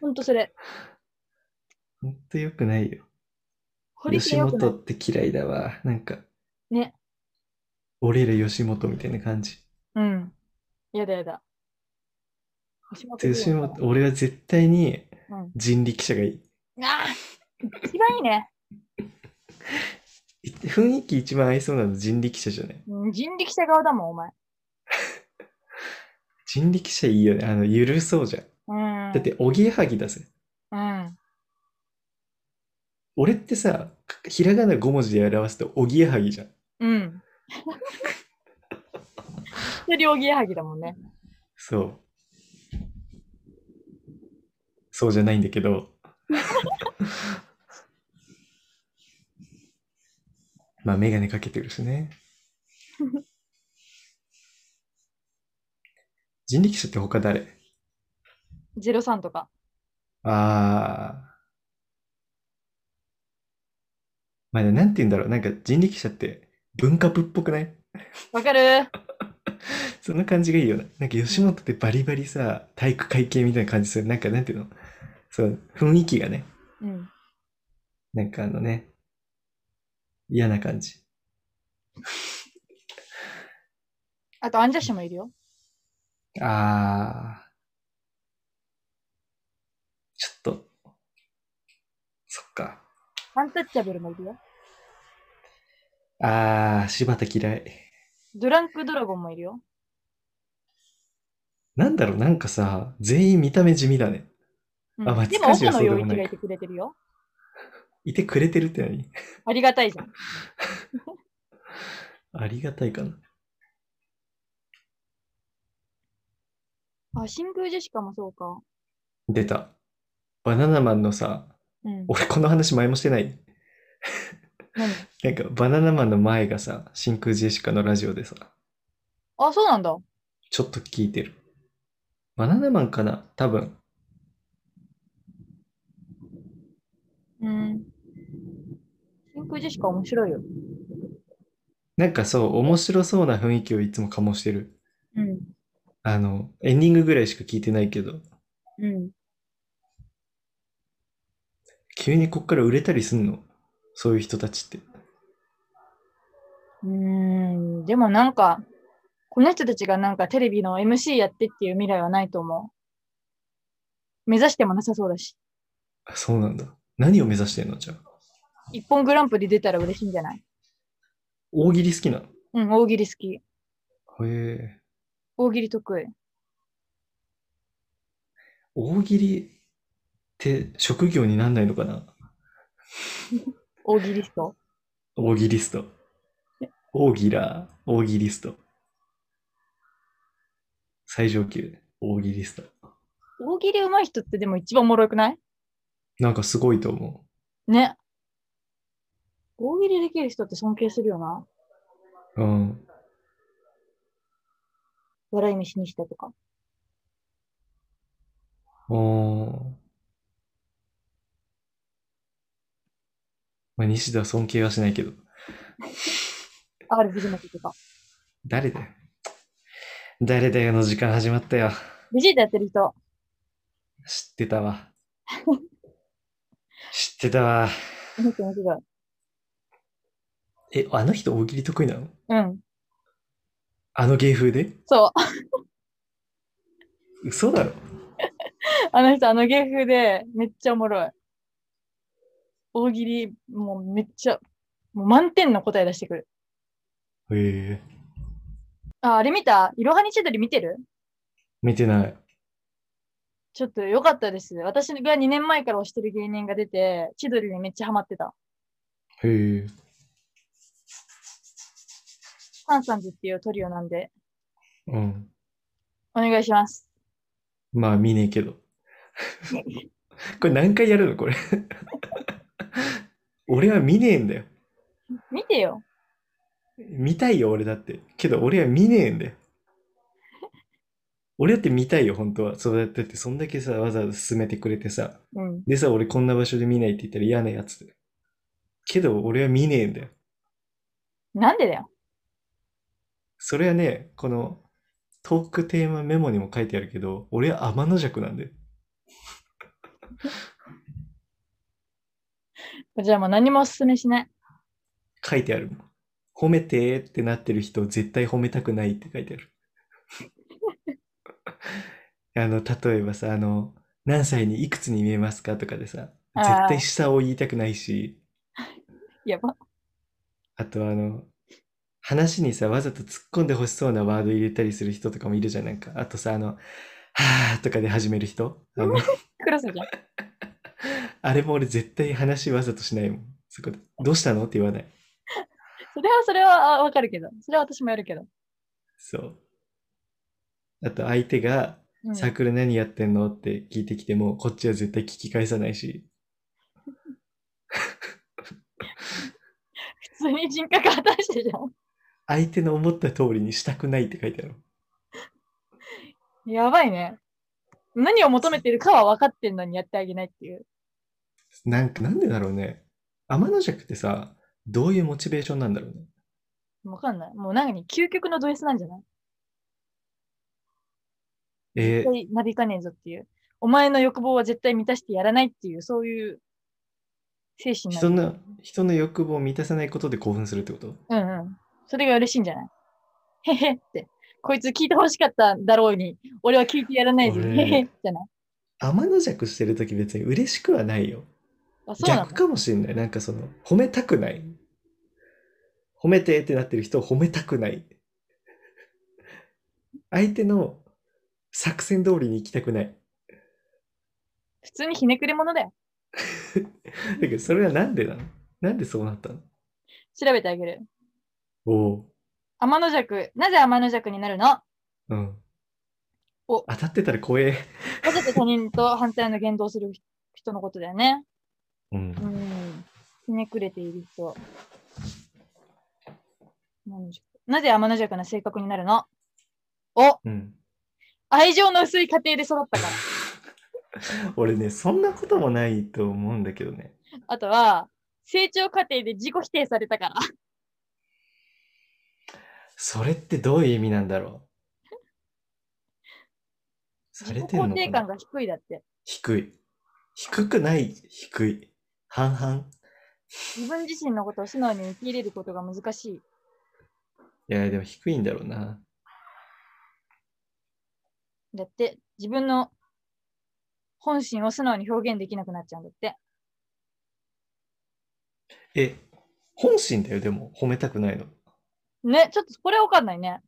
ほんとそれ。
本当良くないよ。
堀
吉
木よくな
本
い
って嫌いだわ。なんか、
ね。
俺ら吉本みたいな感じ。
うん。やだやだ。吉本
で
いい
吉
よ
本、俺は絶対に
うん
人力車がいい。
あー一番いいね。
い雰囲気一番合いそうなの人力車じゃない
うん人力車側だもん、お前。
人力車いいよね。あの、ゆるそうじゃん。
うん。
だって、おぎやはぎだぜ。
うん。
俺ってさ、ひらがな5文字で表すとおぎやはぎじゃん。
うん。 一人おぎやはぎだもんね。
そう。そうじゃないんだけど。 まあ、メガネか けてるしね。人力車って他誰
03とか。
ああ。まあね、なんて言うんだろう。なんか人力車って文化部っぽくない
わかる
その感じがいいよな。なんか吉本ってバリバリさ、体育会系みたいな感じする。なんかなんていうのそう、雰囲気がね。
うん。
なんかあのね、嫌な感じ。
あと、アンジャッシュもいるよ。
ああ。ちょっと、そっか。
アンタッチャブルもいるよ。
ああ、柴田嫌い。
ドランクドラゴンもいるよ。
なんだろう、なんかさ、全員見た目地味だね。
うん
あまあ
でも、
塚
奥
地は
野
そうでも
陽
ない
一
か
がいてくれてるよ。
いてくれてるって何
ありがたいじゃん。
ありがたいかな。
あ、真空ジェシカもそうか。
出た。バナナマンのさ、
うん。
俺この話前もしてない。
何
なんかバナナマンの前がさ、真空ジェシカのラジオでさ、
あ、そうなんだ。
ちょっと聞いてる。バナナマンかな多分。
うん。真空ジェシカ面白いよ。
なんかそう、面白そうな雰囲気をいつも醸してる。
うん。
あの、エンディングぐらいしか聞いてないけど、
うん。
急にこっから売れたりすんのそういう人たちって。
うーん、でもなんか、この人たちがなんかテレビの MC やってっていう未来はないと思う。目指してもなさそうだし。
あそうなんだ。何を目指してんのじゃあ。
一本グランプリ出たら嬉しいんじゃない
大喜利好きな
うん、大喜利好き。
のへえ。
大喜利得意。
大喜利って職業になんないのかな
大喜利スト。
大喜利スト。大喜ラー、大喜利スト。最上級、大喜利スト。
大喜利上手い人ってでも一番おもろくない
なんかすごいと思
ね。大喜利できる人って尊敬するよな。
う。うん。
笑い飯にしたとか。
おーまあ、西田尊敬はしないけど。
R 藤本とか。
誰だよ。誰だよの時間始まったよ。
ベジータやってる人。
知ってたわ。知ってたわ。
この人面白い。
え、あの人大喜利得意なの
うん。
あの芸風で
そう。
嘘だろ。
あの人、あの芸風で、めっちゃおもろい。大喜利、もうめっちゃ、もう満点の答え出してくる。
へえ。
あ、あれ見たいろはに千鳥見てる
見てない。
ちょっと良かったです。私が2年前から推してる芸人が出て、千鳥にめっちゃハマってた。
へえ。
サンサンズっていうトリオなんで、
うん。
お願いします。
まあ見ねえけど。これ何回やるのこれ。俺は見ねえんだよ。
見てよ。
見たいよ、俺だって。けど俺は見ねえんだよ。俺だって見たいよ、本当は。そうだって、だってそんだけさ、わざわざ進めてくれてさ。
うん。
でさ、俺こんな場所で見ないって言ったら嫌なやつだよ。けど俺は見ねえんだよ。
なんでだよ。
それはね、このトークテーマメモにも書いてあるけど、俺は天の弱なんで。
じゃあもう何もおすすめしない。
書いてあるもん。褒めてーってなってる人を絶対褒めたくないって書いてある。 あの、例えばさ、あの、何歳にいくつに見えますかとかでさ、
あー
絶対下を言いたくないし、
やば。
あとあの、話にさ、わざと突っ込んでほしそうなワード入れたりする人とかもいるじゃん、なんか。あとさ、あの、はーとかで始める人。あ の
クラスじゃん。
あれも俺絶対話わざとしないもん。そこで、どうしたのって言わない。
それはそれはあわかるけど。それは私もやるけど。
そう。あと相手が、
うん、
サークル何やってんのって聞いてきても、こっちは絶対聞き返さないし、
普通に人格果たしてるじゃん。
相手の思った通りにしたくないって書いてある。
やばいね。何を求めてるかは分かってんのにやってあげないっていう。
なんか、なんでだろうね。天の尺ってさ、どういうモチベーションなんだろうね。
わかんない。もうなんかに究極のド S なんじゃない
え
絶対なびかねえぞっていう。お前の欲望は絶対満たしてやらないっていう、そういう精神
ー、
な
人
んだ
の、人の欲望を満たさないことで興奮するってこと
うんうん。それが嬉しいんじゃないへへって。こいつ聞いてほしかっただろうに、俺は聞いてやらないぞ。
俺
へへじゃない
天の尺してるとき別に嬉しくはないよ。
あ、そうなの
逆かもしんない。なんかその、褒めたくない。褒めてってなってる人を褒めたくない。相手の作戦通りに行きたくない。
普通にひねくれ者だよ。
だけど、それはなんでなのなんでそうなったの
調べてあげる。
おお
天の弱。なぜ天の弱になるの
う。うん。
お
当たってたら怖え。
わざと他人と反対の言動をする人のことだよね。
うん
うん。ひねくれている人。天の弱なぜ天の弱な性格になるのお
うん。
愛情の薄い家庭で育ったから。
俺ね、そんなこともないと思うんだけどね。
あとは、成長過程で自己否定されたから。
それってどういう意味なんだろうされ
自己
てる
肯
のか
定
な
感が低いだって。
低い。低くない、低い。半々。
自分自身のことを素直に受け入れることが難しい。
いや、でも低いんだろうな。
だって、自分の本心を素直に表現できなくなっちゃうんだって。
え、本心だよ、でも、褒めたくないの。
ね、ちょっとこれわかんないね。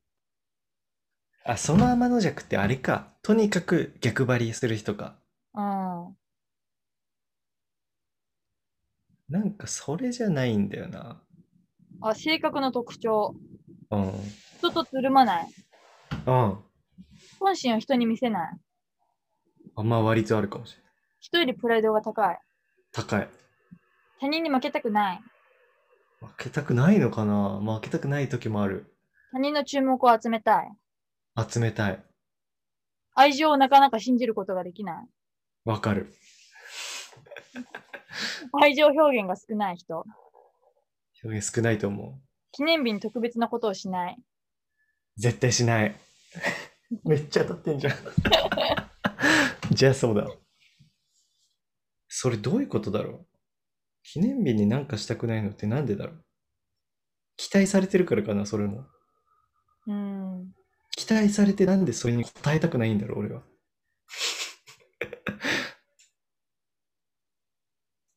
あ、その天の弱ってあれか。とにかく逆張りする人か。
うん。
なんか、それじゃないんだよな。
あ、性格の特徴。
うん。うん。
人とつるまない。
あ
本心を人に見せない。
んまあ割とあるかもしれない。
人よりプライドが高い。
高い。
他人に負けたくない。
負けたくないのかな負けたくない時もある。
他人の注目を集めたい。
集めたい。
愛情をなかなか信じることができない。
わかる。
愛情表現が少ない人。
表現少ないと思
記念日に特別なことをしない。
う。絶対しない。 めっちゃ当たってんじゃん。 じゃあそうだ。それどういうことだろう記念日になんかしたくないのってなんでだろう期待されてるからかな、それも。
うん。
期待されてなんでそれに応えたくないんだろう、俺は。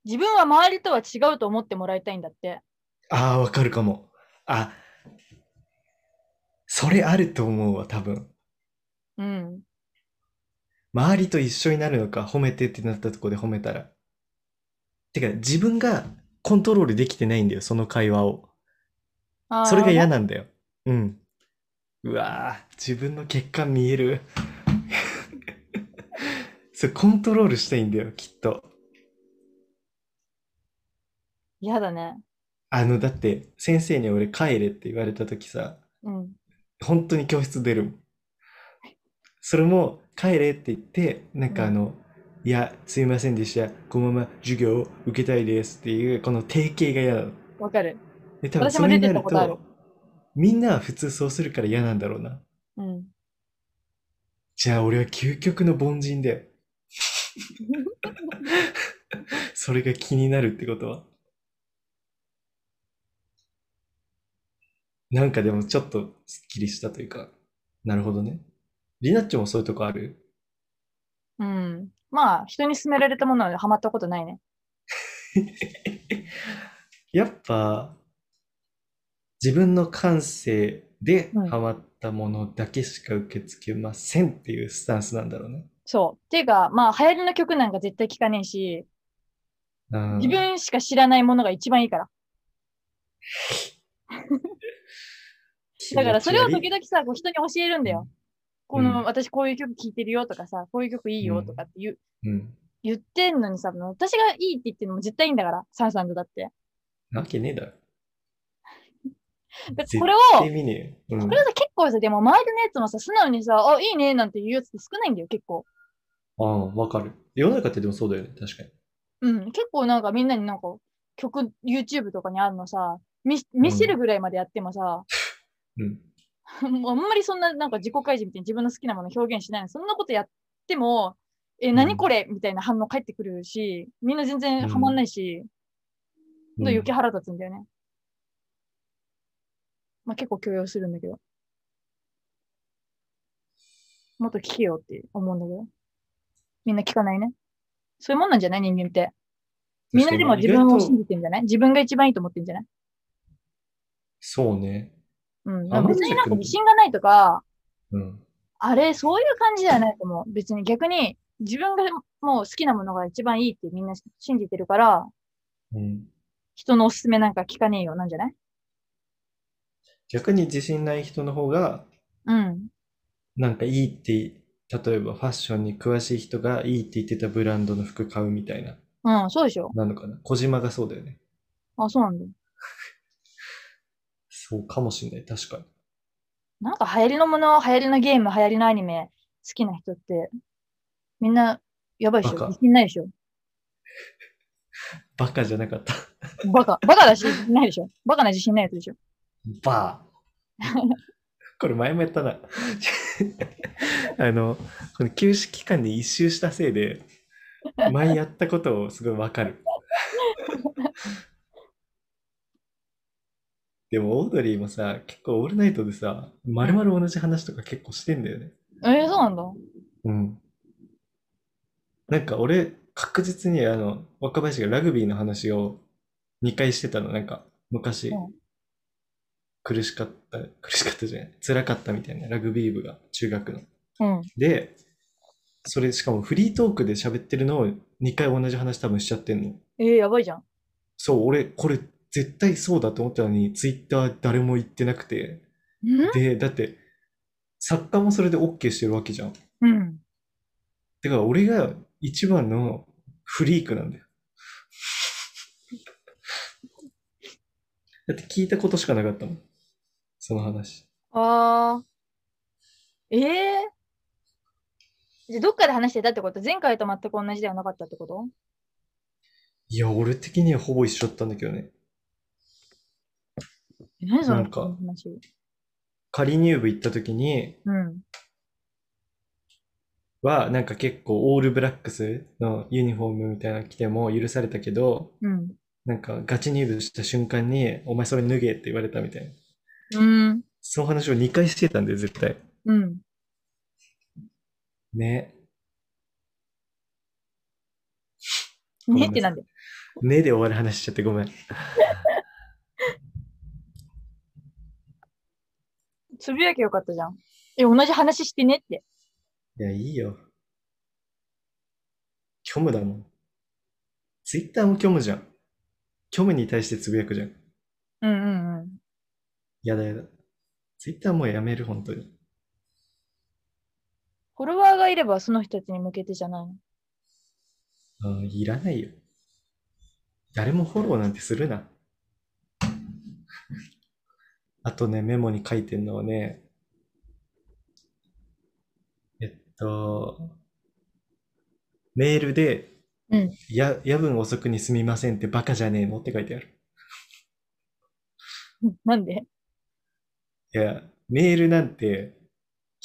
自分は周りとは違うと思ってもらいたいんだって。
ああ、わかるかも。あ、それあると思うわ、多分。
うん。
周りと一緒になるのか、褒めてってなったとこで褒めたら。てか、自分がコントロールできてないんだよ、その会話を。
あー
それが嫌なんだよ。うん。うわぁ、自分の結果見える。 そう、コントロールしたいんだよ、きっと。
嫌だね。
あの、だって、先生に俺帰れって言われた時さ、
うん。
本当に教室出るもん。それも帰れって言って、なんかあの、いや、すいませんでした。このまま授業を受けたいですっていう、この定型が嫌なの。
わかる。
で、多分
私
そ
も
れ
出て
にな
た
る
ことある
と、みんなは普通そうするから嫌なんだろうな。
うん。
じゃあ俺は究極の凡人だ よ。それが気になるってことは。なんかでもちょっとすっきりしたというか、なるほどね。リナッチョもそういうとこある
うん。まあ、人に勧められたものはハマったことないね。
やっぱ、自分の感性で
うん
ハマったものだけしか受け付けませんっていうスタンスなんだろうね。
そう。ていうか、まあ、流行りの曲なんか絶対聴かねえし、
うん
自分しか知らないものが一番いいから。だから、それを時々さ、こう人に教えるんだよ。この、
うん
私こういう曲聴いてるよとかさ、こういう曲いいよとかって言,、う
うん。
言ってんのにさ、もう私がいいって言ってるのも絶対いいんだから、サンサンドだって。
なわけねえだろ。
だって
絶
これを、
対見ねえよ。う
こ
ん
れはさ結構さ、でも周りのやつもさ、素直にさ、あ、いいね、なんて言うやつって少ないんだよ、結構。
ああ、わかる。世の中ってでもそうだよね、確かに。
うん、結構なんかみんなになんか曲、YouTube とかにあるのさ、見見せるぐらいまでやってもさ、
うん。
もうあんまりそんななんか自己開示みたいに自分の好きなものを表現しないの。そんなことやっても、え、何これみたいな反応返ってくるし、みんな全然ハマんないし、
うん
余計腹立つんだよね。まあ結構許容するんだけど。もっと聞けよって思うんだけど。みんな聞かないね。そういうもんなんじゃない人間って。みんなでも自分を信
意外と
じてんじゃない自分が一番いいと思ってんじゃない
そうね。
うん。
あ
別になんか
マジで
自信がないとか、
うん。
あれ、そういう感じじゃないと思う。別に逆に、自分がもう好きなものが一番いいってみんな信じてるから、
うん、
人のおすすめなんか聞かねえよ、なんじゃない
逆に自信ない人の方が、
うん。
なんかいいって、例えばファッションに詳しい人がいいって言ってたブランドの服買うみたいな、
うん、そうでしょ。
なのかな。小島がそうだよね。
あ、そうなんだ。
そうかもしれない、確かに。
なんか流行りのもの、流行りのゲーム、流行りのアニメ、好きな人って、みんな、やばいでし
バカ
ょ。自信ないでしょ。
バカじゃなかった。
バカ。バカだし、自信ないでしょ。バカな自信ないやつでしょ。
バー。 これ前もやったな。 あの、この休止期間で一周したせいで、前やったことをすごいわかる。でも、オードリーもさ、結構オールナイトでさ、まるまる同じ話とか結構してんだよね。
えー、そうなんだ。
うん。なんか俺、確実にあの、若林がラグビーの話を2回してたの、なんか、昔
うん、
苦しかった、苦しかったじゃない、辛かったみたいな、ラグビー部が、中学の。
うん。
で、それしかもフリートークで喋ってるのを2回同じ話多分しちゃってんの。
えー、やばいじゃん。
そう、俺、これ絶対そうだと思ったのに、ツイッター誰も言ってなくて。
ん
で、だって、作家もそれで OK してるわけじゃん。
うん。
だから俺が一番のフリークなんだよ。だって聞いたことしかなかったもん。その話。
ああ。ええじゃあどっかで話してたってこと前回と全く同じではなかったってこと
いや、俺的にはほぼ一緒だったんだけどね。
え何その
なんか
話。
仮入部行った時に
うん。
は、なんか結構オールブラックスのユニフォームみたいなの着ても許されたけど、
うん。
なんかガチ入部した瞬間に、お前それ脱げって言われたみたいな。
うん。
その話を2回してたんだよ、絶対。
うん。
ね。ん
ねってなんで。
ねで終わる話しちゃってごめん。
つぶやきゃよかったじゃん。え、同じ話してねって。
いや、いいよ。虚無だもん。ツイッターも虚無じゃん。虚無に対してつぶやくじゃん。
うんうんうん。
やだやだ。ツイッターもうやめる、本当に。
フォロワーがいればその人たちに向けてじゃないの。
うん、いらないよ。誰もフォローなんてするな。 あとね、メモに書いてんのはね、えっと、メールで、
うん
や夜分遅くにすみませんってバカじゃねえのって書いてある。
うん なんで
いや、メールなんて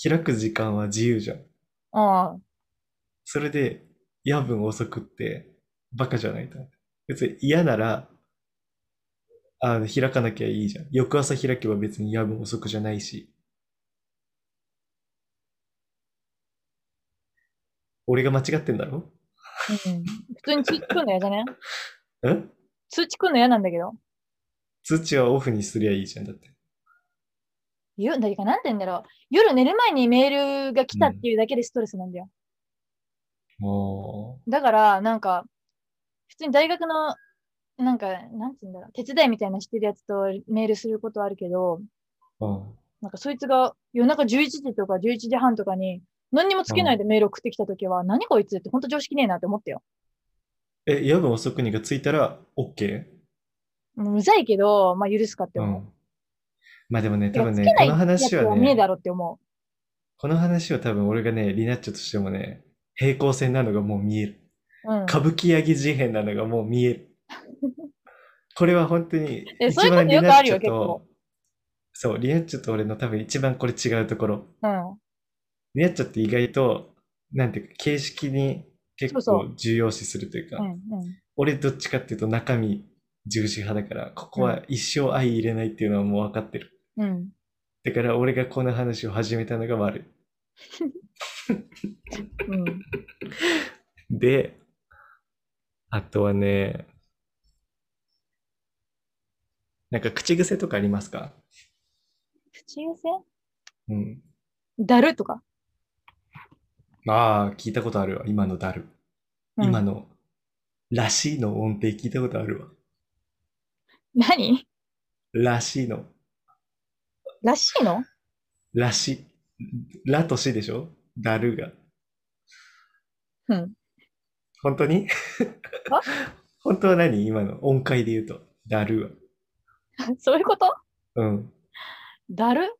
開く時間は自由じゃん。
ああ。
それで夜分遅くってバカじゃないと思って。別に嫌なら、あの、開かなきゃいいじゃん。翌朝開けば別に夜分遅くじゃないし。俺が間違ってんだろ
うん。普通に通知来るの嫌じゃね
ん
通知来るの嫌なんだけど。
通知はオフにすりゃいいじゃん。だって。
夜、だからなんて言うんだろう。夜寝る前にメールが来たっていうだけでストレスなんだよ。
も
だから、なんか、普通に大学の、なんか、なんて言うんだろう、手伝いみたいなしてるやつとメールすることあるけど、
う、うん。
なんかそいつが夜中11時とか11時半とかに、何にもつけないでメール送ってきたときは、何こいつって本当常識ねえなって思ったよ。
え、夜分遅くにがついたら OK?
もううざいけど、まあ許すかって
う
思う。
ん。まあでもね、
い
多
や
分
つ
ね
け、な
こ
い
の話
やつ
は
はねえ
ね、
だろって思う。
この話は多分俺がね、リナッチョとしてもね、平行線なのがもう見える。
うん、
歌舞伎揚げ事変なのがもう見える。これは本当に
え
一
そういうこと
番リ
よ
ナ
くあ
ッ
るよ
チョと、そう、リナッチョと俺の多分一番これ違うところ。
うん。
リナッチョって意外と、なんていうか、形式に結
そう
構重要視するというか、
うん。うん。
俺どっちかっていうと中身重視派だから、ここは一生相入れないっていうのはもう分かってる。
うん。
だから俺がこの話を始めたのが悪い。
うん。
で、あとはね、なんか口癖とかありますか
口癖
うん。
だるとか。
ああ、聞いたことあるわ。今のだる。
うん
今の、らしいの音程聞いたことあるわ。
何
らしいの。
らしいの
らし、らとしでしょだるが。
うん。
本当に
あ
本当は何今の音階で言うと。だる
そういうこと
は。うん。
だる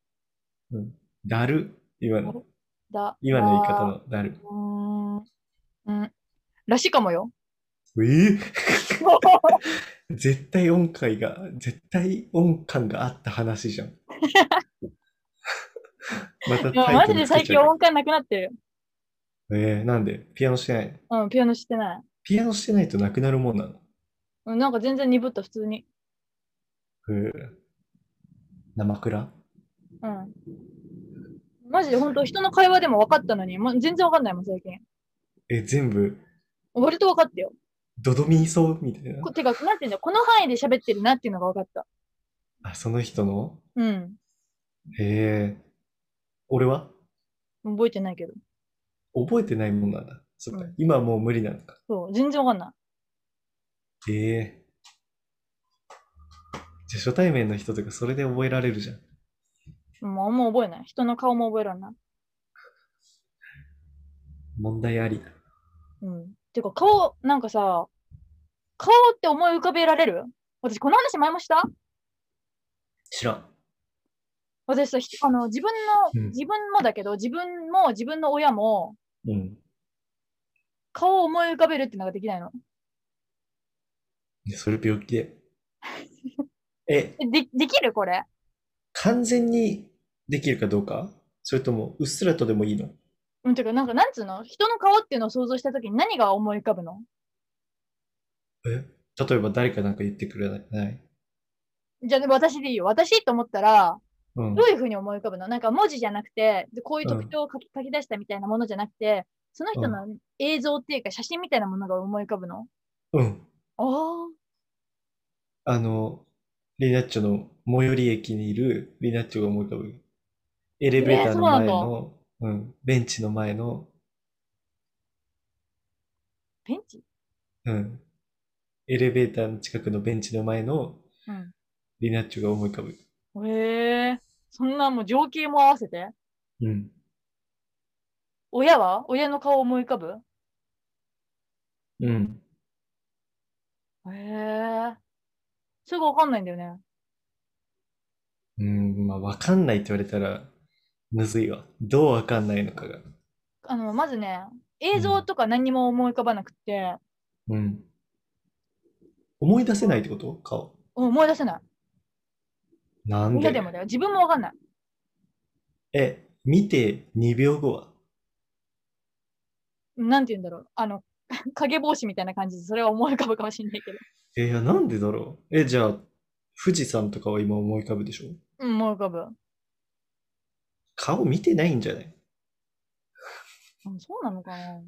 だる。今の、
だ。
今の言い方のだる。
の。うーん。うん。らしいかもよ。
ええ 絶対音階が、絶対音感があった 話じゃん。また
いや
タ
マ
イト
ジ
ル
で
つけ
最
ち
近
ゃう。
音感なくなってる。
えー、なんでピアノしてない
うん、ピアノしてない。
ピアノしてないとなくなるもんなの。
うん、なんか全然鈍った、普通に。
えー、生クラ
うん。マジで本当人の会話でも分かったのに、もう全然分かんないもん、最近。
え、全部、
割と分かったよ。
ドドミーソみたいな
こ。てか、なんていうんだこの範囲で喋ってるなっていうのが分かった。
あ、その人の
うん。
えー、俺は
覚えてないけど。
覚えてないもんなんだ。そっか、
うん
今はもう無理なのか。
そう、全然分かんない。
ええじゃあ初対面の人とかそれで覚えられるじゃん。
もうあんま覚えない。人の顔も覚えられない。
問題あり。
うん。てか、顔、なんかさ、顔って思い浮かべられる私、この話前もした
知らん。
私さ、ひあの、自分
うん
の、自分もだけど、自分も自分の親も、
うん。
顔を思い浮かべるってのができないの。
いやそれ病気で。え、
えで、できるこれ。
完全にできるかどうかそれとも、うっすらとでもいいの
うん、てか、なんか、なんつうの人の顔っていうのを想像したときに何が思い浮かぶの
え例えば誰かなんか言ってくれない
じゃあ、私でいいよ。私と思ったら、
うん
ど。ういうふうに思い浮かぶのなんか文字じゃなくて、でこういう特徴を書き,、書き出したみたいなものじゃなくて、その人の映像っていうか写真みたいなものが思い浮かぶの
うん。
ああ、
あの、リナッチョの最寄り駅にいるリナッチョが思い浮かぶ。エレベーターの前
えー
の、うん、ベンチの前の、
ベンチ
うん、エレベーターの近くのベンチの前の
うん
リナッチョが思い浮かぶ。
へえ、そんなもう情景も合わせて。
うん。
親は親の顔思い浮かぶ
うん。
へえ。それがわかんないんだよね。
うん、まあ、わかんないって言われたら、むずいわ。どうわかんないのかが。
あの、まずね、映像とか何にも思い浮かばなくて、
うん。思い出せないってこと顔。
うん思い出せない。
なん
親
で
でもだよ。自分もわかんない。
え、見て2秒後は
なんて言うんだろう。あの、 影帽子みたいな感じで、それは思い浮かぶかもしれないけど。
え、いや、なんでだろうえ、じゃあ、富士山とかは今思い浮かぶでしょ
うん、思い浮かぶ。
顔見てないんじゃない
うんそうなのかな。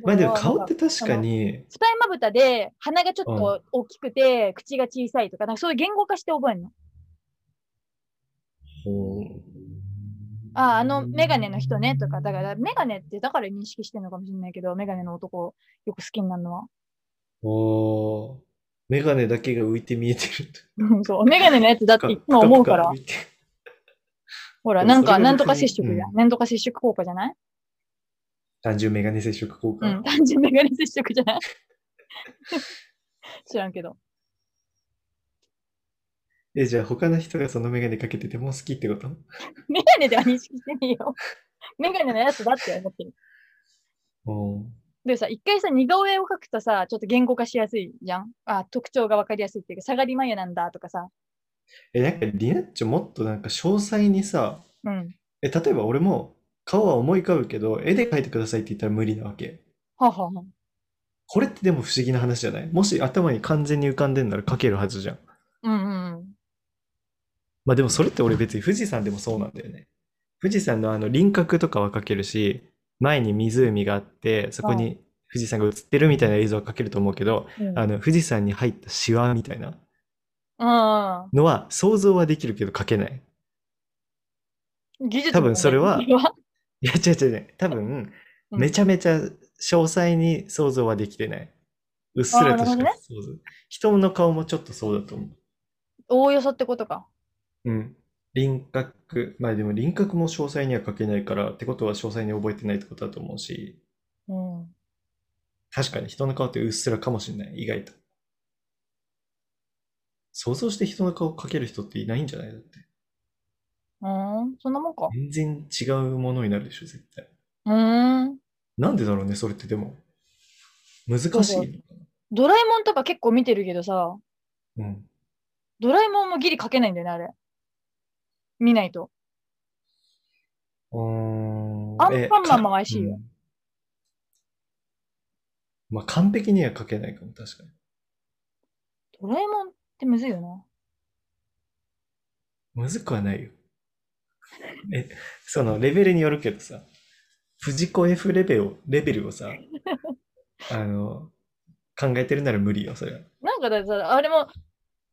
まあでも
なんか
顔って確か
二
に、
重まぶたで鼻がちょっと大きくて、口が小さいとか、なんかそういう言語化して覚えるの。
こ
ああ、あのメガネの人ねとか、だからメガネってだから認識してるのかもしれないけど、メガネの男をよく好きになるのは。
う、おーメガネだけが浮いて見えてる。
うんそう、メガネのやつだっていつも思うから、
ぷぷ浮いて
ほら、
でも
なん
そ
か
れが別に
なんとか接触じゃ。
うん
なんとか接触効果じゃない
単純メガネ接触効果。
うん、単純メガネ接触じゃ ない知らんけど。
え、じゃあ他の人がそのメガネかけてても好きってこと
メガネでは認識してないよ。 メガネのやつだって思ってる。
おー
でもさ、一回さ、似顔絵を描くとさ、ちょっと言語化しやすいじゃん。あ、特徴がわかりやすいっていうか、下がり眉なんだとかさ。
え、なんかリナッチョもっとなんか詳細にさ、
うん。
え、例えば俺も顔は思い浮かぶけど、絵で描いてくださいって言ったら無理なわけ。
はあはあはあ
これってでも不思議な話じゃないもし頭に完全に浮かんでんなら描けるはずじゃん。
うんうんうん。
まあでもそれって俺別に富士山でもそうなんだよね。富士山のあの輪郭とかは描けるし、前に湖があって、そこ
は
に富士山が映ってるみたいな映像は描けると思うけど、
うん
あの富士山に入ったシワみたいな
あ
のは想像はできるけど描けない。
あ、技術
多分それ は
だね
いや違う違う違う。多分、
うん
めちゃめちゃ詳細に想像はできてない。うっすらとし
あーな
か
る
想像。人の顔もちょっとそうだと思う。
おおよそってことか。
うん。輪郭、まあでも輪郭も詳細には書けないから、ってことは詳細に覚えてないってことだと思うし、
うん。
確かに人の顔ってうっすらかもしれない、意外と。想像して人の顔描ける人っていないんじゃないだって。
うん、そんなもんか。
全然違うものになるでしょ、絶対。
うーん。
なんでだろうね、それってでも。難しいのか
ドラえもんとか結構見てるけどさ、
な。うん。
ドラえもんもギリ描けないんだよね、あれ。見ないと。
うーん
アン
え
パンマンも
か
怪しいよ
うんまあ完璧には書けないかも、確かに。
ドラえもんってむずいよな。
むずくはないよ。え、そのレベルによるけどさ、藤子 F レベルを、レベル をさ、あの、考えてるなら無理よ、それは。
なんかだってさ、あれも、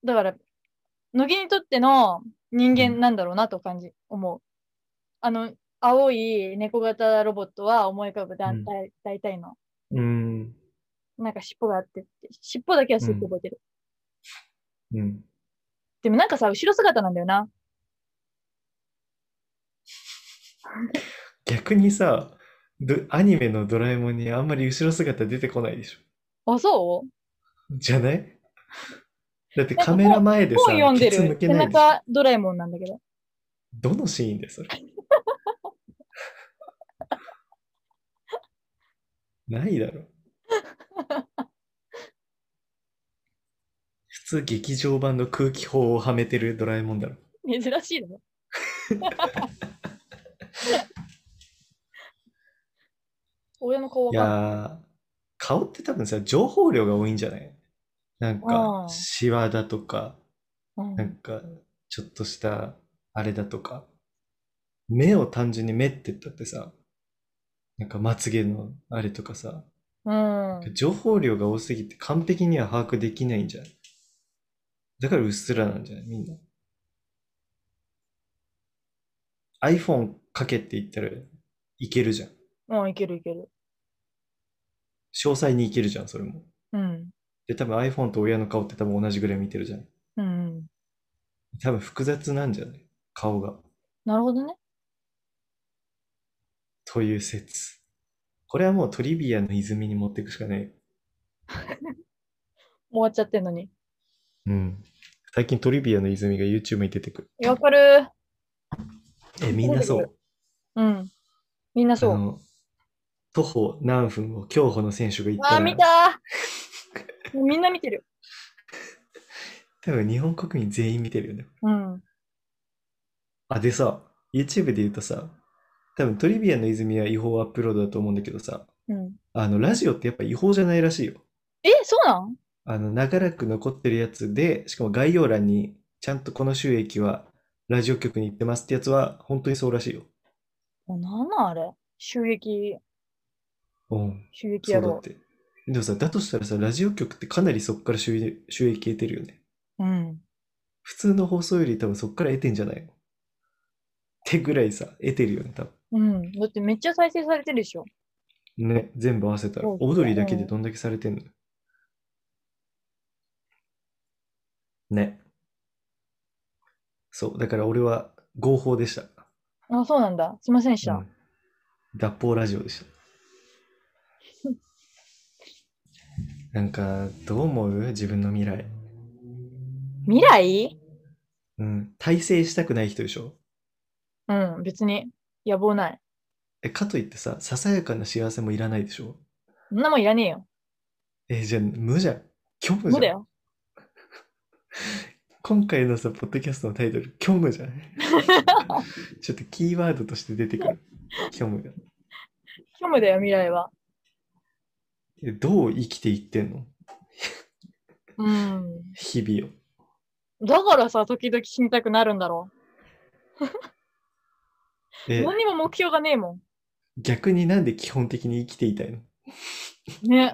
だから、乃木にとっての人間なんだろうなと感じ、思う。あの、青い猫型ロボットは思い浮かぶ、だ
うん
大大体の。
うん、
なんか尻尾があって、尻尾だけはすっと覚えてる。
うん。
でもなんかさ、後ろ姿なんだよな。
逆にさ、どアニメのドラえもんにあんまり後ろ姿出てこないでしょ。
あ、そう
じゃないだって
なんか
カメラ前でさ、
本読んで
ケツ抜
る。
け
背
ないでしょ。
中ドラえもんなんだけど。
どのシーンで それ。ないだろ。普通劇場版の空気砲をはめてるドラえもんだろ。
珍し いだろ。親の顔わ
い
かんない
やー、顔って多分さ、情報量が多いんじゃないなん
あ
か、
ー
シワだとか、
うん
なんか、ちょっとした、あれだとか。目を単純に目って言ったってさ、なんかまつげのあれとかさ、
うん。
情報量が多すぎて完璧には把握できないんじゃないだからうっすらなんじゃないみんな。iPhone かけって言ったらいけるじゃん。
うん、いけるいける。
詳細にいけるじゃん、それも。
うん。
で、多分 iPhone と親の顔って多分同じぐらい見てるじゃん。
うんうん。
多分複雑なんじゃない顔が。
なるほどね。
という説。これはもうトリビアの泉に持っていくしかない。
終わっちゃってんのに。
うん。最近トリビアの泉が YouTube に出てくる。
わかる。
え、みんなそう。
うん。みんなそ
あ
う。
の徒歩何分を競歩の選手が行った
あ
ら、
ー、見たーもうみんな見てる。
多分日本国民全員見てるよね。
うん。
あ、でさ、YouTube で言うとさ、多分トリビアの泉は違法アップロードだと思うんだけどさ、
うん、
あの、ラジオってやっぱ違法じゃないらしいよ。
え、そうなん
あの、長らく残ってるやつで、しかも概要欄に、ちゃんとこの収益はラジオ局に行ってますってやつは、本当にそうらしいよ。
もうなんなんあれ襲撃、
うん、
襲撃
そ
や
うだ
ろ
って。でもさ、だとしたらさ、ラジオ局ってかなりそっから収益収益得てるよね。
う。うん。
普通の放送より多分そっから得てんじゃないのってぐらいさ、得てるよね、多
うん。だってめっちゃ再生されてるでしょ。
分。ね、全部合わせたら。
そうですね
オードリーだけでどんだけされてんのね。そう、だから俺は合法でした。
あ、そうなんだ。すいませんでした。
うん脱法ラジオで した。なんか、どう思う自分の未来。
未来
うん。体制したくない人でしょ
うん、別に野望ない。
え、かといってさ、ささやかな幸せもいらないでしょ
そんなもんいらねえよ。
え、じゃあ無じゃん。虚無じゃん。
そうだよ。
今回のさ、ポッドキャストのタイトル、虚無じゃないちょっとキーワードとして出てくる。虚無が。
虚無だよ、未来は。
えどう生きていってんの
うん。
日々を。
だからさ、時々死にたくなるんだろう。
え、
何にも目標がねえも
逆になんで基本的に生きていたいの
ん。 ね。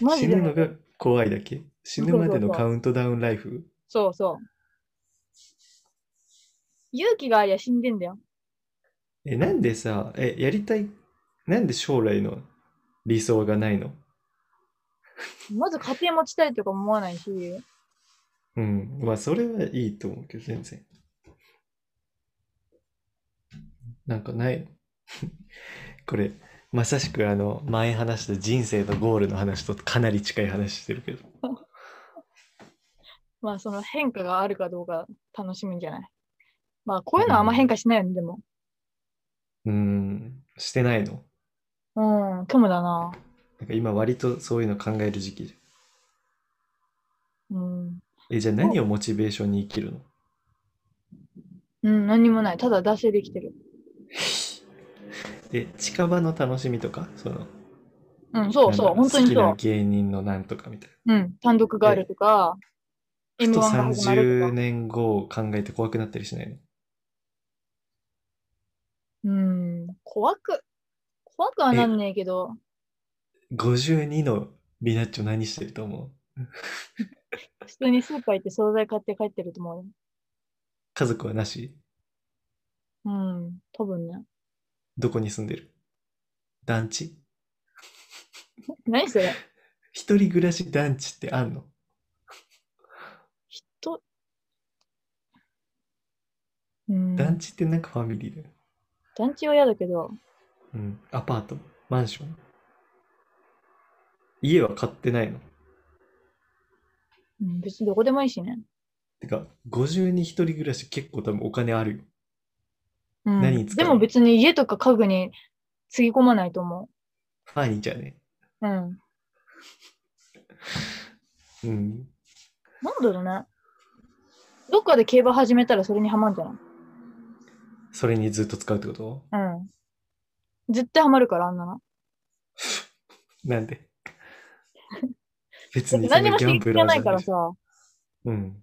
マ
死
ジで
ぬ。のが怖いだけ死ぬまでのカウントダウンライフ
そうそう。勇気がありゃ死んでんだよ。
え、なんでさ、え、やりたい、なんで将来の理想がないの
まず家庭持ちたいとか思わないし、
うん。まあ、それはいいと思うけど、全然。なんかない。 これ、まさしくあの、前話した人生のゴールの話とかなり近い話してるけど。
まあその変化があるかどうか楽しみんじゃない。まあこういうのはあんま変化しないよね、でも。
うん、してないの。
うん、虚無だな。
なんか今割とそういうの考える時期じ
うん。
ゃん。え、じゃあ何をモチベーションに生きるの
うん、何にもない。ただ惰性できてる。
え、近場の楽しみとかその、
うん、そうそう、
なん
本
だ
当
ろ
にそ
好きな芸人のなんとかみたいな。
う。うん、単独があるとか、
ふ
M1
と
が始まると
30
か。
年後を考えて怖くなったりしないの
うん、怖く。怖くはなんねえけど、
52のリナッチョ何してると思う
普通にスーパー行って惣菜買って帰ってると思うよ。
家族はなし
うん、多分ね。
どこに住んでる団地
何それ
一人暮らし団地ってあんの
人。うん、
団地ってなんかファミリーだよ。
団地は嫌だけど、
うん。アパートマンション家は買ってないの
うん、別にどこでもいいしね。
てか、52一人暮らし結構多分お金あるよ。
うん、
何に使
で
う
も別に家とか家具につぎ込まないと思
ファーニチャーね。
う。うん。なん
うん。
だろうね。どっかで競馬始めたらそれにはまんじゃない
それにずっと使うってこと
うん。絶対ハマるから、あんなの。
なんで別
だって
にそ
何
れ
も
ギ
刺
ャン
激
ブ
が
ラー
な
じ
い
ゃ
か
ない
ら
でしょ。
さ、
うん。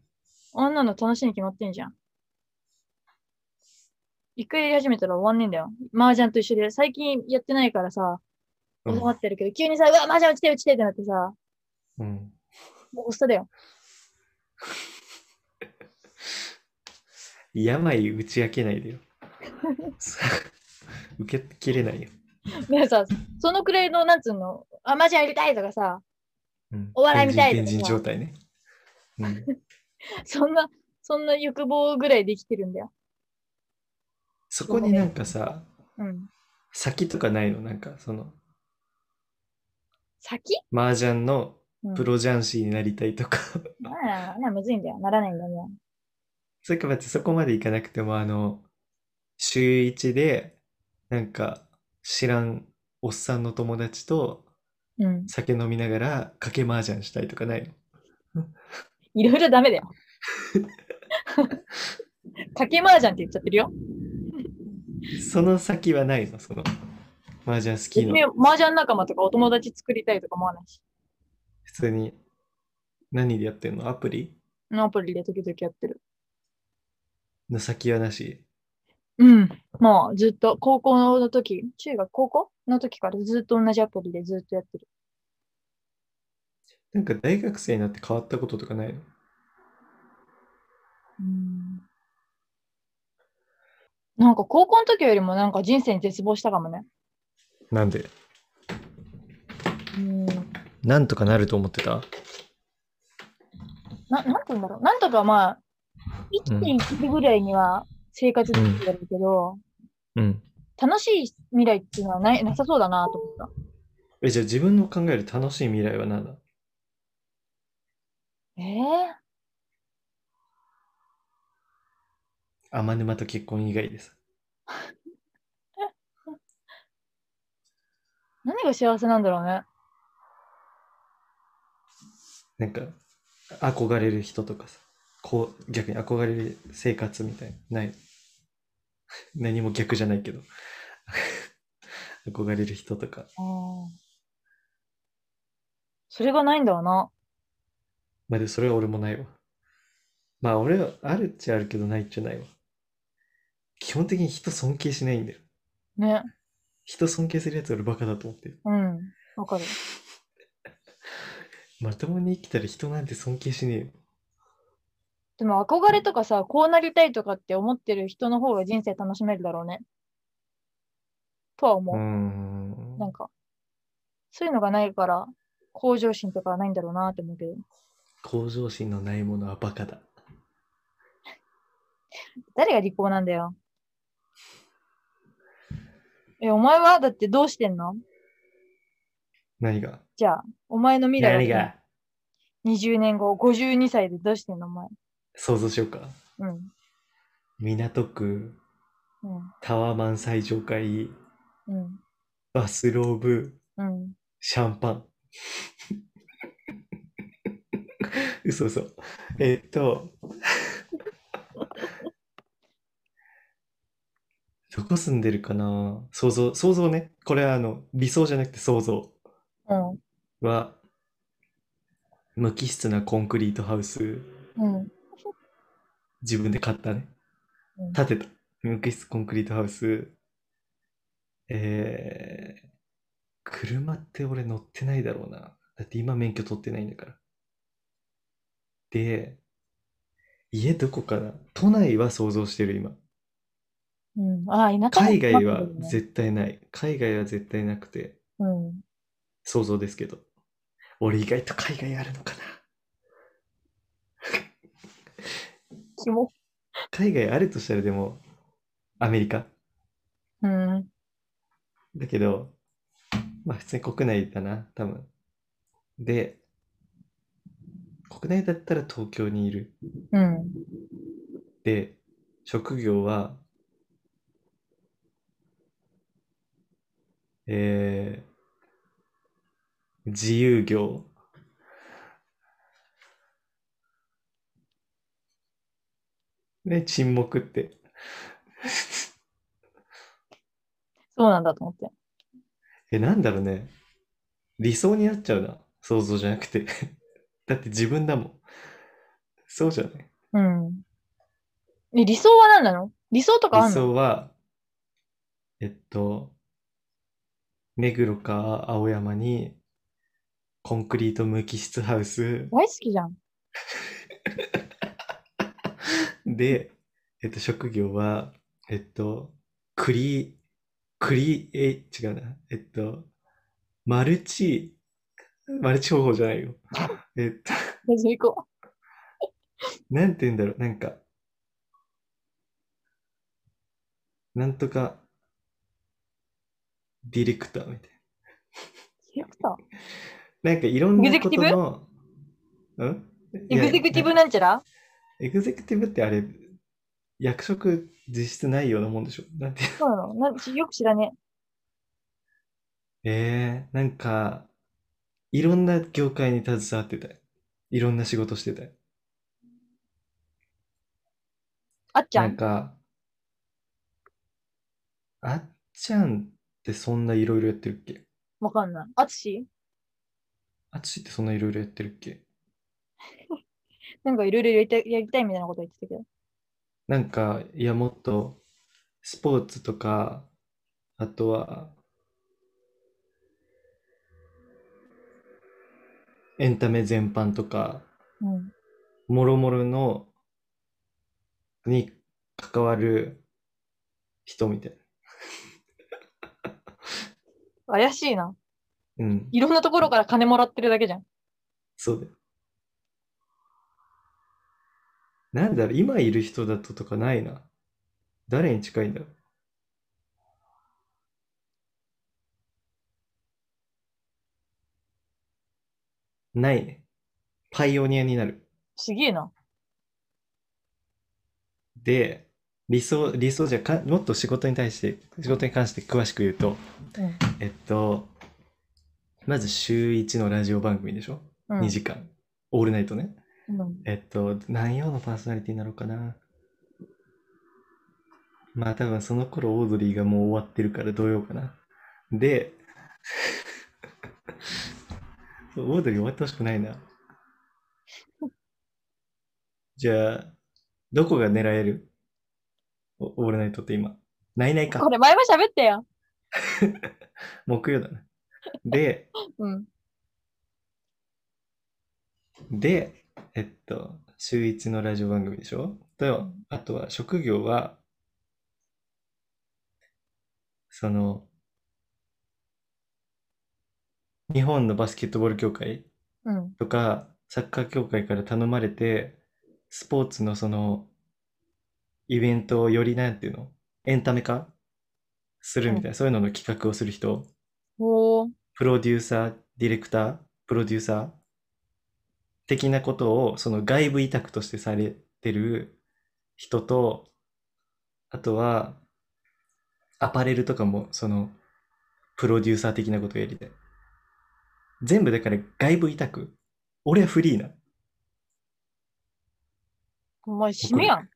あんなの楽しいに決まってんじゃん。一回やり始めたら終わんねえんだよ。麻雀と一緒で、最近やってないからさ、
う
収
ん
まってるけど、急にさ、うわ、麻雀落ちてる落ちてるってなってさ、
うん。
もうおっさだよ。
病打ち明け ないでよ。 受けきれないよ。
でさ、そのくらいの、なんつうの、あ、麻雀やりたいとかさ、
うん
お笑いみたい
変
だ
人
から
変人状態ね。うん、
そんな、そんな欲望ぐらいできてるんだよ。
そこになんかさ、
うん。
先とかないのなんかその、
先
麻雀の
うん
プロ雀士になりたいとか、
まあ、な、むずいんだよ。ならないんだよね。
それか別にそこまでいかなくても、あの、週一で、なんか知らんおっさんの友達と
うん。
酒飲みながら賭け麻雀したいとかないの
いろいろダメだよ。かけ麻雀って言っちゃってるよ。
その先はないのその、麻雀好き
別
の
に。麻雀仲間とかお友達作りたいとか思わないし。
普通に、何でやってんのアプリ
アプリで時々やってる。
の先はなし。
うん。もうずっと高校の時、中学高校の時からずっと同じアプリでずっとやってる。
なんか大学生になって変わったこととかないの
うん。なんか高校の時よりもなんか人生に絶望したかもね。
なんで
うん。
なんとかなると思ってた
な、なんて言うんだろう。なんとかまあ、生きていけるぐらいには生活できるだろうけど、
うん。
楽しい未来っていうのはないなさそうだなと思った。
え、じゃあ自分の考える楽しい未来は何だ
ええ
天沼と結婚以外です。
何が幸せなんだろうね。
なんか、憧れる人とかさ、こう、逆に憧れる生活みたいな、ない。 何も逆じゃないけど。 憧れる人とか、
それがないんだろうな。
まあでもそれは俺もないわ。まあ俺はあるっちゃあるけどないっちゃないわ。基本的に人尊敬しないんだよ。
ね。
人尊敬するやつ俺バカだと思ってる。
うん。わかる。
まともに生きたら人なんて尊敬しねえよ。
でも憧れとかさ、こうなりたいとかって思ってる人の方が人生楽しめるだろうね。とは思
うー
う。
ん。
なんか、そういうのがないから、向上心とかはないんだろうなって思うけど。
向上心のないものはバカだ。
誰が利口なんだよ。え、お前はだってどうしてんの
何が
じゃあ、お前の未来は
何が
20年後、52歳でどうしてんのお前。
想像しようか。
うん。
港区、
うん。
タワマン最上階、
うん。
バスローブ、
うん。
シャンパン。 嘘嘘。えっと。 どこ住んでるかな想像、想像ね。これはあの、理想じゃなくて想像
うん。
は、無機質なコンクリートハウス、
うん。
自分で買ったね
うん。
建てた。無機質コンクリートハウス。えー、車って俺乗ってないだろうな。だって今免許取ってないんだから。で、家どこかな都内は想像してる今。
うん。ああ、田舎
海外
な
は
んだよね
絶対ない。海外は絶対なくて、
うん。
想像ですけど。俺意外と海外あるのかな
キモ。
海外あるとしたらでも、アメリカ
うん。
だけど、まあ普通に国内だな、多分。で、国内だったら東京にいる。
うん。
で、職業は、えー、自由業。ね、沈黙って。
そうなんだと思って。
え、なんだろうね。理想になっちゃうな。想像じゃなくて。 だって自分だもん。そうじゃない。
うん。え、理想は何なの理想とかあ
理
んの
想は、えっと、目黒か青山に、コンクリート無機質ハウス
大好きじゃん。
で、えっと、職業は、えっと、クリ、クリエ、違うな。えっと、マルチ、マルチ方法じゃないよ。えっと、
大丈夫行こ
なんて言うんだろう、なんか、なんとか、ディレクターみたい
う。ディレクタ
な。なんかいろん
エグ
な
ゼク
こ
テ
と
ィブ
の、うん
ー
い
エ
や
グゼクティブなんちゃら
エグゼクティブってあれ、役職実質ないようなもんでしょなんて、
そうなのなんちよく知らね
えー、なんか、いろんな業界に携わってたい。いろんな仕事してたい。
え。あっちゃ
なん
ん。
か、あっちゃんってそんないろいろやってるっけ
わかんない。あつし
あっちってそんないろいろやってるっけ
なんかいろいろやりたいやりたいみたいなこと言ってたけど。
なんか、いや、もっと、スポーツとか、あとは、エンタメ全般とか、
うん。
もろもろの、に関わる人みたい
怪しいな。
な。うん、
いろんなところから金もらってるだけじゃん。
そうだよ。なんだろう、今いる人だととかないな。誰に近いんだろう。ないね。パイオニアになる。
すげえな。
で、理想、理想じゃか、もっと仕事に対して、仕事に関して詳しく言うと、えっと、まず週1のラジオ番組でしょ
うん。
2時間。オールナイトね。
うん
えっと、何曜のパーソナリティになろうかな。まあ多分その頃オードリーがもう終わってるからどうようかな。で、 そうオードリー終わってほしくないな。じゃあ、どこが狙えるおオールナイトって今。ないないか
こ。れ前も喋ったよ。
木曜だな。で、
うん。
で、えっと、週一のラジオ番組でしょと、あとは職業は、その、日本のバスケットボール協会
うん。
とか、サッカー協会から頼まれて、スポーツのその、イベントをよりなんていうのエンタメ化するみたいな、そういうのの企画をする人。
おー。
プロデューサー、ディレクター、プロデューサー的なことをその外部委託としてされてる人と、あとはアパレルとかもそのプロデューサー的なことをやりたい。全部だから外部委託。俺はフリーな。
お前死ぬやん。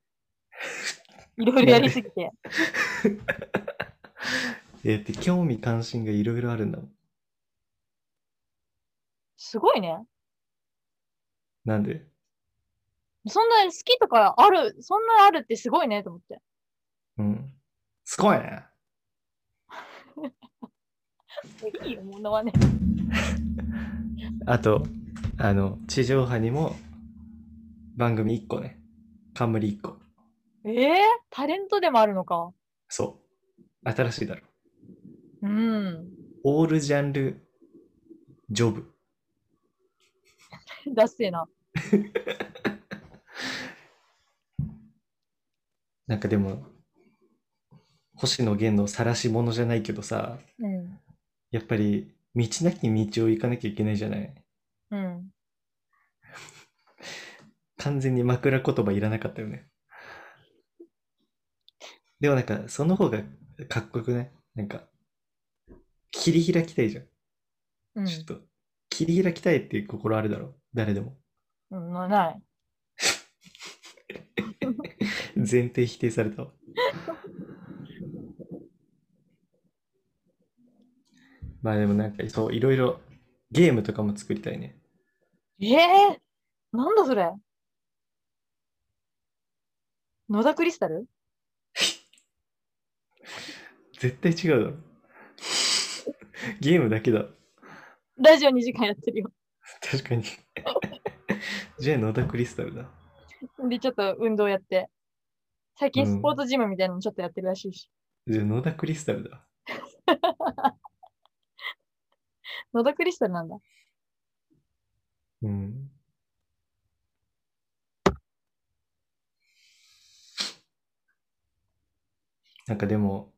いろいろやりすぎて。
えって興味関心がいろいろあるんだもん。
すごいね。
なんで
そんな好きとかある、そんなあるってすごいねと思って。
うん。すごいね。
いいよ、ものはね。
あと、あの、地上波にも番組1個ね。冠1個。
ええタレントでもあるのか。
そう。新しいだろ。
うん。
オールジャンル、ジョブ。
だっせえな。
なんかでも、星野源の晒し者じゃないけどさ、
うん。
やっぱり道なき道を行かなきゃいけないじゃない。
うん。
完全に枕言葉いらなかったよね。でもなんか、その方がかっこよくないなんか、切り開きたいじゃん。
うん。
ちょっと、切り開きたいっていう心あるだろ誰でも。
うん、なない。
前提否定されたわ。 まあでもなんかそういろいろゲームとかも作りたいね。
ええなんだそれ野田クリスタル
絶対違うだろ。 ゲームだけだ。
ラジオ2時間やってるよ。
確かに。 じゃあ野田クリスタルだ。
で、ちょっと運動やって。最近
うん
スポーツジムみたいなのちょっとやってるらしいし。
じゃあ野田クリスタルだ。
野田クリスタルなんだ。
うん。なんかでも、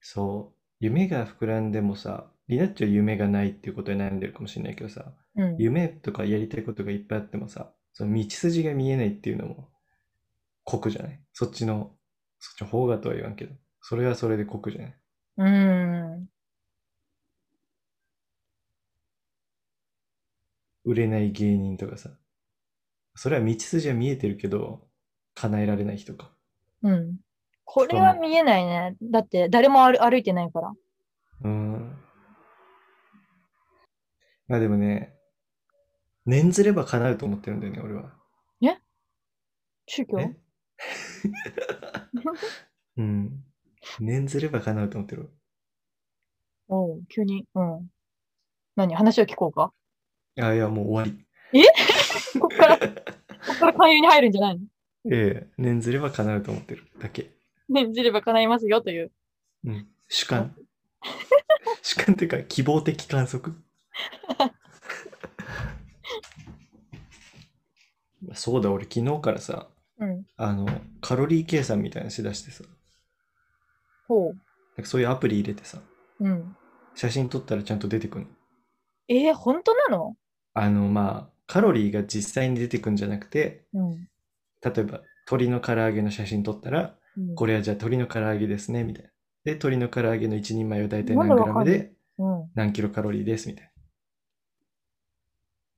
そう、夢が膨らんでもさ、リナッチは夢がないっていうことに悩んでるかもしれないけどさ、
うん。
夢とかやりたいことがいっぱいあってもさ、その道筋が見えないっていうのも酷じゃないそっちの、そっちの方がとは言わんけど、それはそれで酷じゃないう
ーん。
売れない芸人とかさ、それは道筋は見えてるけど、叶えられない人か。
うん。これは見えないね。だって誰も歩歩いてないから。
うーん。まあでもね、念ずれば叶うと思ってるんだよね、俺は。
宗教
え うん。念ずれば叶うと思ってる。
おう急に。うん。何話を聞こう か
あ、いや、もう終わ
こっから、こっから勧誘に入るんじゃないの
り。ええ、念ずれば叶うと思ってるだけ。
念じれば叶いますよという。
うん。主観。主観っていうか、希望的観測。そうだ、俺昨日からさ、
うん。
あの、カロリー計算みたいなのしだしてさ、
ほう。
なんかそういうアプリ入れてさ、
うん。
写真撮ったらちゃんと出てくるの。
えー、本当なの
あの、まあ、カロリーが実際に出てくるんじゃなくて、
うん。
例えば、鶏の唐揚げの写真撮ったら、
うん
これはじゃあ鶏の唐揚げですね、みたいな。で、鶏の唐揚げの一人前を大体
ま
何
だ
グ
わか
ラム
んない
で
うん。
何キロカロリーです、みたい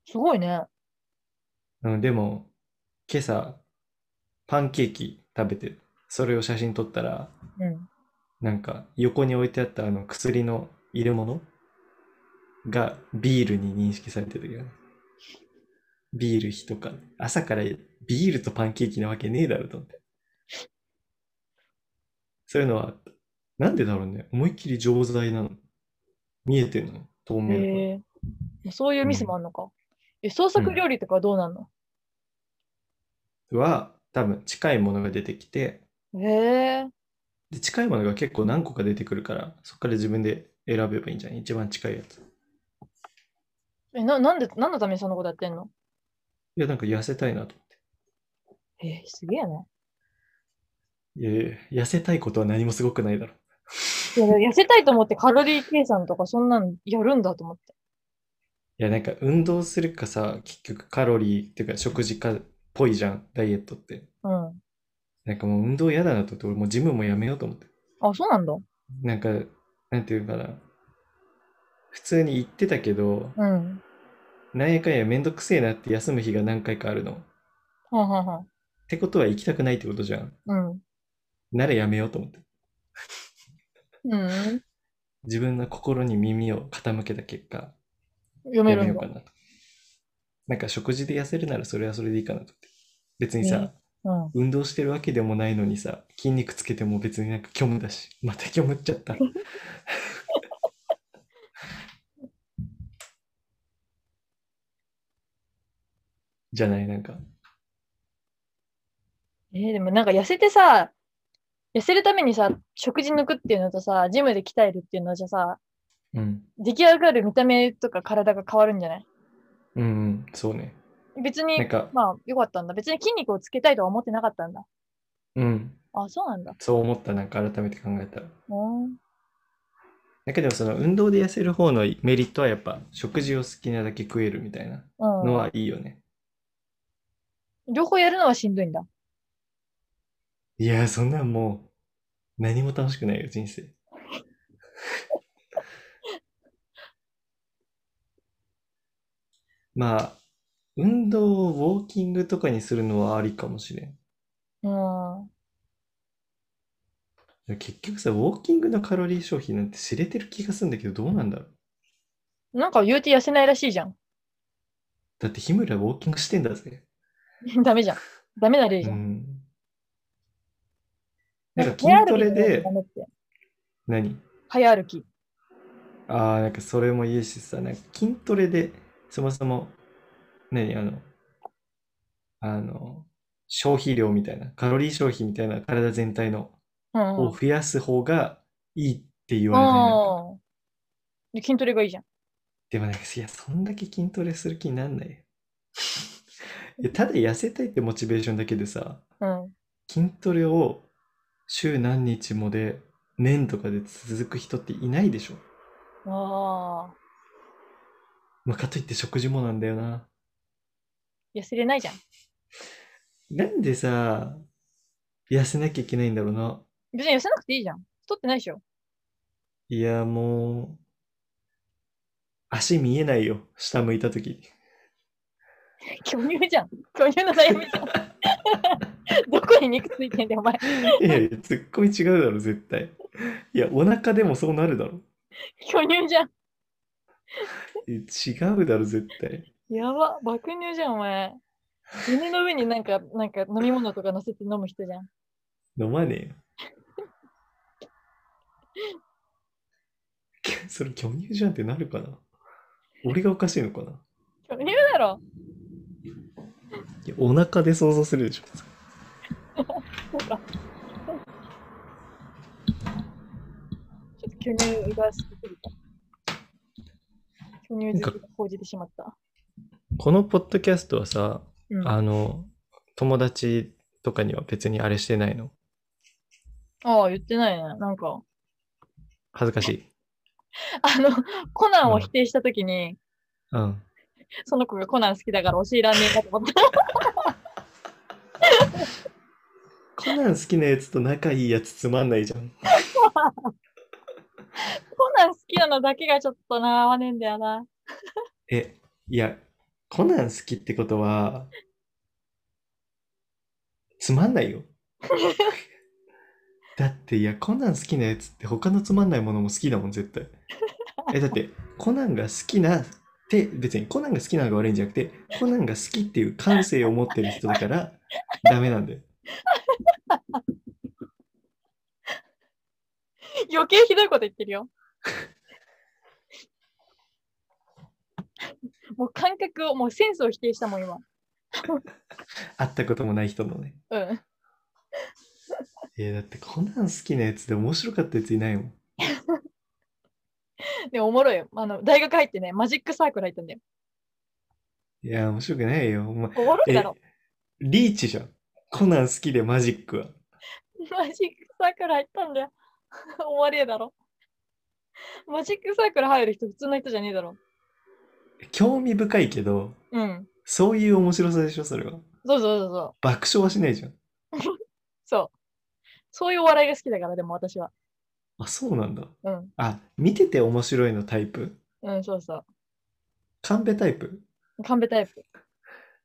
すごいね。
な。うん、でも、今朝、パンケーキ食べて、それを写真撮ったら、
うん。
なんか横に置いてあったあの薬の入れ物がビールに認識されてるよね。ビール日とか、朝からビールとパンケーキなわけねえだろと思って。そういうのは、なんでだろうね。思いっきり錠剤なの。見えてるの透明な
へえ。そういうミスもあんのか。え、創作料理とかはどうなんの、
は、多分近いものが出てきて、
へえ。
で近いものが結構何個か出てくるから、そこから自分で選べばいいんじゃない一番近いやつ。い
え、な、なんで、何のためにそんなことやってんの
や、なんか痩せたいなと思って。
え、すげえね。
いやいや、痩せたいことは何もすごくないだろ。
いや痩せたいと思ってカロリー計算とかそんなんやるんだと思って。
いや、なんか運動するかさ、結局カロリーっていうか食事かっぽいじゃん、ダイエットって。
うん。
なんかもう運動嫌だなと思って、俺もうジムもやめようと思って。
あ、そうなんだ。
なんか、なんていうのかな。普通に行ってたけど、
うん。
なんやかんやめんどくせえなって休む日が何回かあるの。っ
はんはんはん。
てことは行きたくないってことじゃん。
うん。
ならやめようと思って。
うん。
自分の心に耳を傾けた結果、
読め
や
る
め
ん
よう
だ
か。なと。なんか食事で痩せるならそれはそれでいいかなと思って。別にさ、
ねうん。
運動してるわけでもないのにさ筋肉つけても別になんか虚無だしまた虚無っちゃった じゃないなんか
えーでもなんか痩せてさ、痩せるためにさ、食事抜くっていうのとさ、ジムで鍛えるっていうのじゃさ、
うん
出来上がる見た目とか体が変わるんじゃない
うんうんそうね
別
なん
に、
か
まあ、よかったんだ。別に筋肉をつけたいとは思ってなかったんだ。
うん
あ、そうなんだ。
そう思ったなんか改めて考えたら
うん。
なんかでもその運動で痩せる方のメリットはやっぱ食事を好きなだけ食えるみたいなの
う
はいいよね、
ん。両方やるのはしんどいんだ。
いやーそんなんもう何も楽しくないよ人生 まあ運動をウォーキングとかにするのはありかもしれ
うん。
ん結局さウォーキングのカロリー消費なんて知れてる気がするんだけどどうなんだろう
なんか言うて痩せないらしいじゃん。
だって日村ウォーキングしてんだぜ
ダメじゃん。ダメな例
う
じゃん。
んなんか
流行
筋トレで
ダメって。
何
早歩き。
ああ、なんかそれもいいしさ、なんか筋トレで、そもそも、何、あの、あの、消費量みたいな、カロリー消費みたいな体全体の
うん、うん
を。増やす方がいいって言われてるなんか
ああ。で筋トレがいいじゃん。
でもなんか、いや、そんだけ筋トレする気になんないよ。 いやただ痩せたいってモチベーションだけでさ、
うん。
筋トレを週何日もで、年とかで続く人っていないでしょ。
ああ。
まあ、かといって食事もなんだよな。
痩せれないじゃん。
なんでさ、痩せなきゃいけないんだろうな。
別に痩せなくていいじゃん。太ってないでしょ。
いや、もう、足見えないよ。下向いたとき。
巨乳じゃん。巨乳の悩みじゃん。どこに肉ついてんだよ、お前。
いやいや、ツッコミ違うだろ、絶対。いや、お腹でもそうなるだろ。
巨乳じゃん。
いや違うだろ、絶対。
やば。爆乳じゃん、お前。胸の上になんか、なんか飲み物とか乗せて飲む人じゃん。
飲まねえよ。 それ巨乳じゃんってなるかな俺がおかしいのかな
巨乳だろ。
いや、お腹で想像するでし
そ
ょ。
うか。ちょっと巨乳が好きすぎた。巨乳好きが講じてしまった。
このポッドキャストはさ、
うん、あ
あの、友達とかには別にあれしてないの
あ、言ってないね。なんか、
恥ずかしい。
あの、コナンを否定したときに、
うん。
その子がコナン好きだから教えらんねえかと思った。
コんなん好きなやつと仲いいやつつまんないじゃん。
コナン好きなのだけがちょっとな、合わねえんだよな。
え、いや、コナン好きってことは、つまんない よ。だって、いや、コナン好きなやつって他のつまんないものも好きだもん、絶対。え、だって、コナンが好きなって、別にコナンが好きなのが悪いんじゃなくて、コナンが好きっていう感性を持ってる人だから、ダメなんだよ。
余計ひどいこと言ってる よ。もう感覚を、もうセンスを否定したもん、今。
会ったこともない人のね。
うん。
いや、だって、コナン好きなやつで面白かったやついないもん。
でもおもろいよ。あの、大学入ってね、マジックサークル入ったんだよ。
いや、面白くないよ。お前、
おもろいだ
え
ろ。、
リーチじゃん。コナン好きでマジックは。
マジックサークル入ったんだよ。 おもろいだろ。マジックサークル入る人、普通の人じゃねえだろ。
興味深いけど、
うん。
そういう面白さでしょ、それは。
そうそうそうそう。
爆笑はしないじゃん。
そう。そういうお笑いが好きだから、でも私は。
あ、そうなんだ。
うん。
あ、見てて面白いのタイプ。
うん、そうそ
カンペタイプ。
う。カンペタイプ。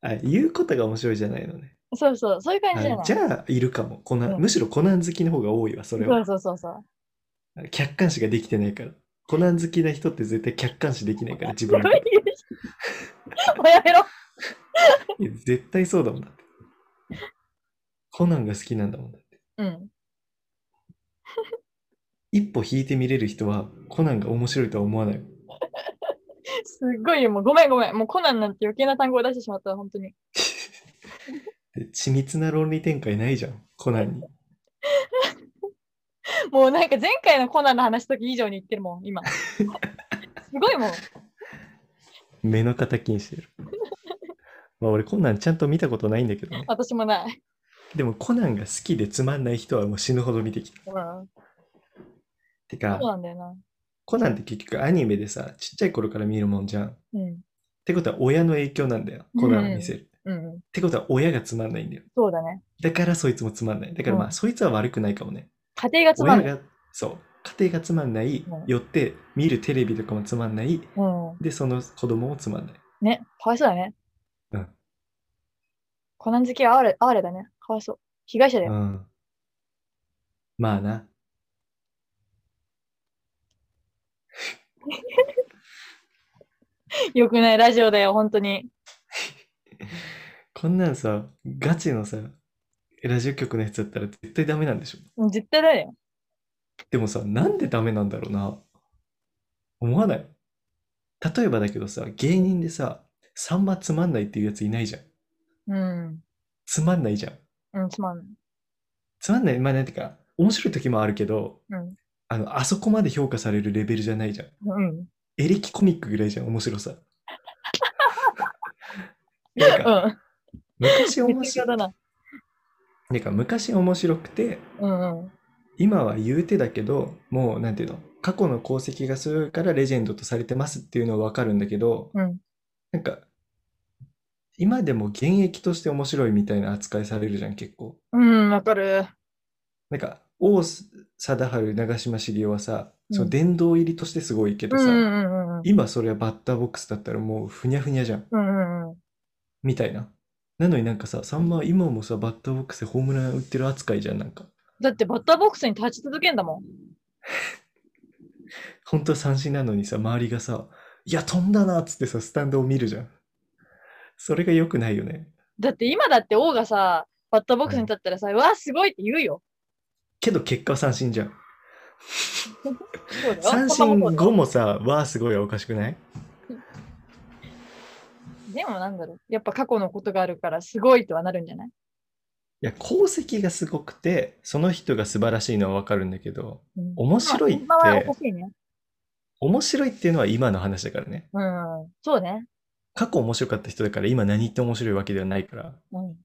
あ、言うことが面白いじゃないのね。
そうそう。そういう感じじゃな
あ
い。
じゃあ、いるかも。コナン、
うん
むしろコナン好きの方が多いわ、それは。
そうそうそうそう。
客観視ができてないから。コナン好きな人って絶対客観視できないから、自
どう
分
いう
のこと
もうやめろ。
いや絶対そうだもんだって。コナンが好きなんだもんだって。
うん。
一歩引いて見れる人は、コナンが面白いとは思わない。
すっごいよ。もうごめんごめん。もうコナンなんて余計な単語を出してしまったわ、本当に。
で緻密な論理展開ないじゃん、コナンに。
もうなんか前回のコナンの話の時以上に言ってるもん、今。すごいもん。
目の敵にしてる。 まあ俺コナンちゃんと見たことないんだけどね。
私もない。
でもコナンが好きでつまんない人はもう死ぬほど見てきた。
うん。そ
て
う
か、
なんだよな。
コナンって結局アニメでさ、ちっちゃい頃から見るもんじゃん。っ
うん。
てことは親の影響なんだよ、コナンを見せる。っ
うんうん。
てことは親がつまんないんだよ。
そうだね。
だからそいつもつまんない。だからまあ、
うん
そいつは悪くないかもね。
家庭がつま
親
んない。
が、そう、家庭がつまんない、
うん
よって見るテレビとかもつまんない、
うん。
で、その子供もつまんない。
ね。かわいそうだね。
うん。
コナン好きは哀れ哀れだね。かわいそう。被害者だよ。
うん。まあな。
よくないラジオだよ、本当に。
こんなんさ、ガチのさ、ラジオ局のやつだったら絶対ダメなんでしょ。
もう絶対だよ。
でもさ、なんでダメなんだろうな。思わない。例えばだけどさ、芸人でさ、さんまつまんないっていうやついないじゃん。
うん。
つまんないじゃん。
うん、つまんない。
つまんない、まあなんていうか、面白い時もあるけど、
うん
あの、あそこまで評価されるレベルじゃないじゃん。
うん。
エレキコミックぐらいじゃん、面白 さ。なんか、
うん。
昔面
絶妙
白
だ
い。
な。
なんか昔面白くて、
うんうん。
今は言うてだけどもうなんていうの過去の功績がすごいからレジェンドとされてますっていうのは分かるんだけど、
うん
なんか今でも現役として面白いみたいな扱いされるじゃん結構
うん、わかる。
なんか王貞治長嶋茂雄はさ、
うん
その殿堂入りとしてすごいけ
う
ど
ん
さ、
うんうん。
今それはバッターボックスだったらもうふにゃふにゃじゃん
うんうんうん。
みたいななのになんかささんまは今もさバッターボックスでホームラン打ってる扱いじゃんなんか
だってバッターボックスに立ち続けんだもん。
本当は三振なのにさ、周りがさ、いや、飛んだなっつってさ、スタンドを見るじゃん。それが良くないよね。
だって今だって王がさ、バッターボックスに立ったらさ、うわ、すごいって言うよ。
けど結果は三振じゃん。
そうだよ
三
そん
振
なもんだよ
後もさ、わあ、すごいはおかしくない
でもなんだろう。やっぱ過去のことがあるから、すごいとはなるんじゃない
いや、功績がすごくて、その人が素晴らしいのはわかるんだけど、
うん
面白いっ
まあ今は
て
お、かしいね。
面白いっていうのは今の話だからね。
うん。そうね。
過去面白かった人だから今何言っても面白いわけではないから。
うん。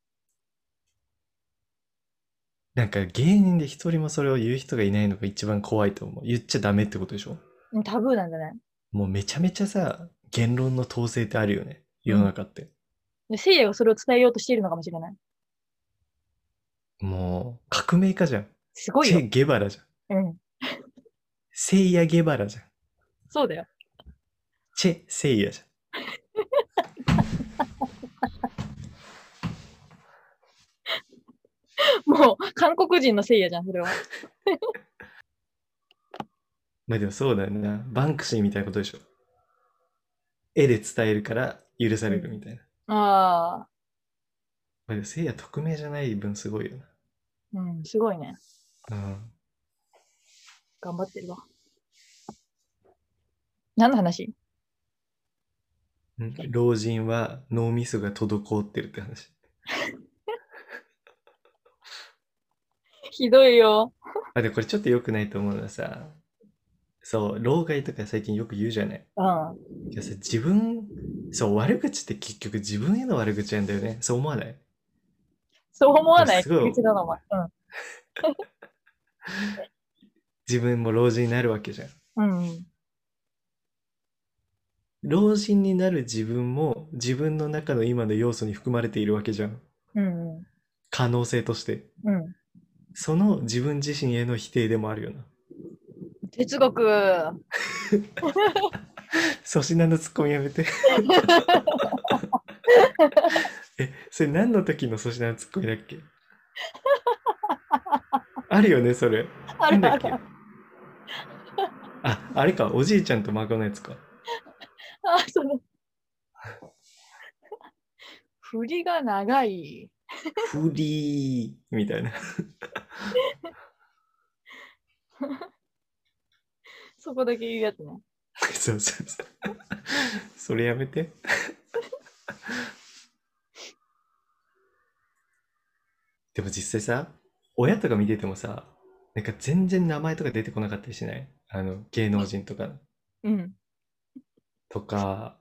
なんか芸人で一人もそれを言う人がいないのが一番怖いと思う。言っちゃダメってことでしょ
うんタブーなんだね。
もうめちゃめちゃさ、言論の統制ってあるよね。世の中って。
で、聖夜がそれを伝えようとしているのかもしれない。
もう、革命家じゃん。
すごい
チ
よ。
ェ・ゲバラじゃん。
うん。
セイヤ・ゲバラじゃん。
そうだよ。
チェ・セイヤじゃん。
もう、韓国人のせいやじゃん、それは。
まあでもそうだよな。バンクシーみたいなことでしょ。絵で伝えるから許されるみたい
あ
な。
あ。
まあでもせいや匿名じゃない分すごいよ
うん、すごいね。
な。うん。
頑張ってるわ。何の話
老人は脳みそが滞ってるって話。
ひどいよ。
あ、でもこれちょっと良くないと思うのはさ、そう、老害とか最近よく言うじゃない。
うん。
いやさ、自分、そう、悪口って結局自分への悪口なんだよね。そう思わない
そう思わない。
すごい
口だな、お前。
自分も老人になるわけじゃん。
うん。うん。
老人になる自分も自分の中の今の要素に含まれているわけじゃん。
うん。
可能性として。
うん。
その自分自身への否定でもあるよな。
哲学。
粗品のツッコミや めて。え、それ何の時の粗品のツッコミだっけあるよね、それ。
あ
なん
る
だ
あ
っけ
る。
あ、あれか、おじいちゃんと孫のやつか。
あ、その。振りが長い。
フリーみたいな。
そこだけ言うやつね。
そうそうそう。それやめて。 でも実際さ、親とか見ててもさ、なんか全然名前とか出てこなかったりしないあの、芸能人とか、
うん。
とか、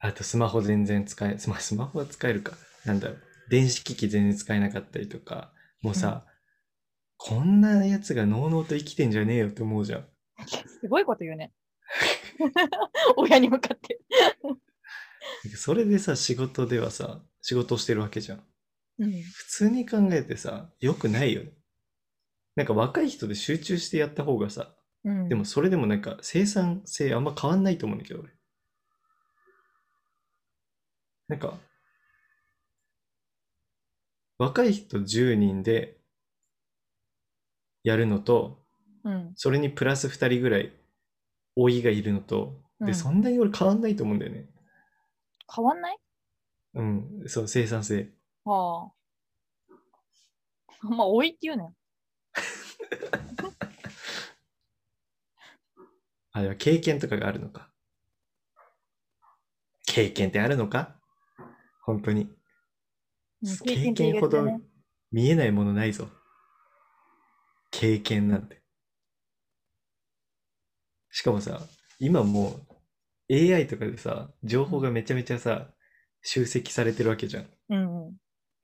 あとスマホ全然使え、スマスマホは使えるか。なんだろう。電子機器全然使えなかったりとか、もうさ、こんなやつがのうのうと生きてんじゃねえよって思うじゃん。
すごいこと言うね。 親に向かって。
それでさ、仕事ではさ、仕事をしてるわけじゃん。
うん。
普通に考えてさ、良くないよね。なんか若い人で集中してやった方がさ、
うん、
でもそれでもなんか生産性あんま変わんないと思うんだけど俺。なんか、若い人10人でやるのと、
うん、
それにプラス2人ぐらい老いがいるのと、
う
で、
ん
そんなに俺変わんないと思うんだよね。
変わんない
うん、そう、生産性。
はあ。まあ、老いって言うね。
あれは経験とかがあるのか。経験ってあるのか本当に。
うん
経
って言う
験
や
ほ
つだ
ど
ね
見えないものないぞ。経験なんて。しかもさ、今もう AI とかでさ、情報がめちゃめちゃさ、集積されてるわけじゃん。
うん、うん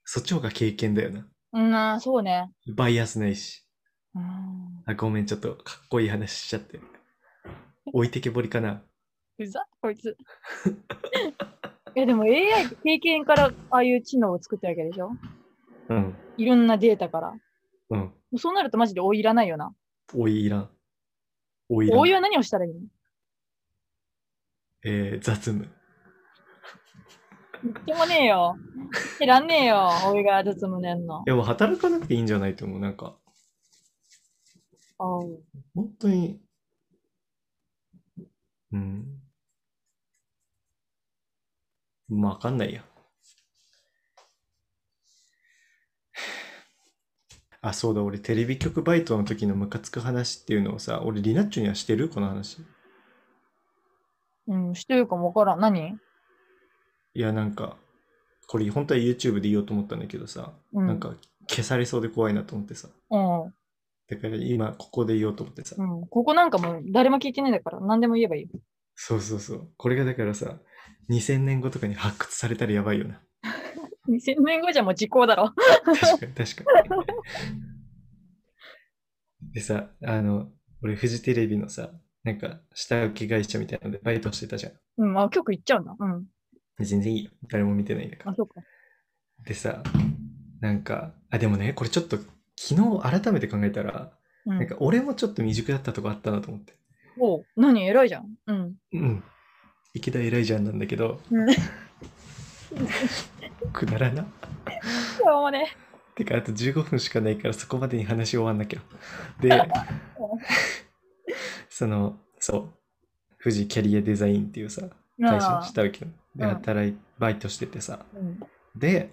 そっちの方が経験だよな。
うんあー、そうね。
バイアスないし。
うん
あ、ごめん、ちょっとかっこいい話しちゃって。置いてけぼりかな。
うざこい つ。いやでも AI って経験からああいう知能を作ってるわけでしょ
うん。
いろんなデータから。も
うん。
うそうなるとマジで老いらないよな。
おいいらん。おいいらん。
老いは何をしたらいいの
えー、雑務。
言ってもねえよ。言ってらんねえよ。老いがずつむねんの
い。や、もう働かなくていいんじゃないと思う。なんか、
あー
本当に、うん。まあ、わかんないや。 あ、そうだ、俺、テレビ局バイトの時のムカつく話っていうのをさ、俺、リナッチュにはしてるこの話。
うん、してるかもわからん。何
いや、なんか、これ、本当は YouTube で言おうと思ったんだけどさ、
うん
なんか、消されそうで怖いなと思ってさ。
うん。
だから、今、ここで言おうと思ってさ。
うん、ここなんかもう誰も聞いてないんだから何でも言えばいいよ。
そうそうそう。これがだからさ、2000年後とかに発掘されたらやばいよな。
2000年後じゃもう時効だろ。
確かに確かに。でさ、あの、俺フジテレビのさ、なんか下請け会社みたいなのでバイトしてたじゃん。
うん、あ、曲いっちゃうんだ。うん。
全然いいよ。誰も見てないんだから
あ、。そうか。
でさ、なんか、あ、でもね、これちょっと昨日改めて考えたら、
う
なん
ん
か、俺もちょっと未熟だったとこあったなと思って。
おう何偉いじゃん。 うん。
うん。池田偉いじゃんなんだけど、
うん
くだらな。
そうもね。
てか、あと15分しかないからそこまでに話終わんなきゃ。 で、その、そう、富士キャリアデザインっていうさ、会社
あ
したわけよ。で、
うん
働い、バイトしててさ、
ーうん
で、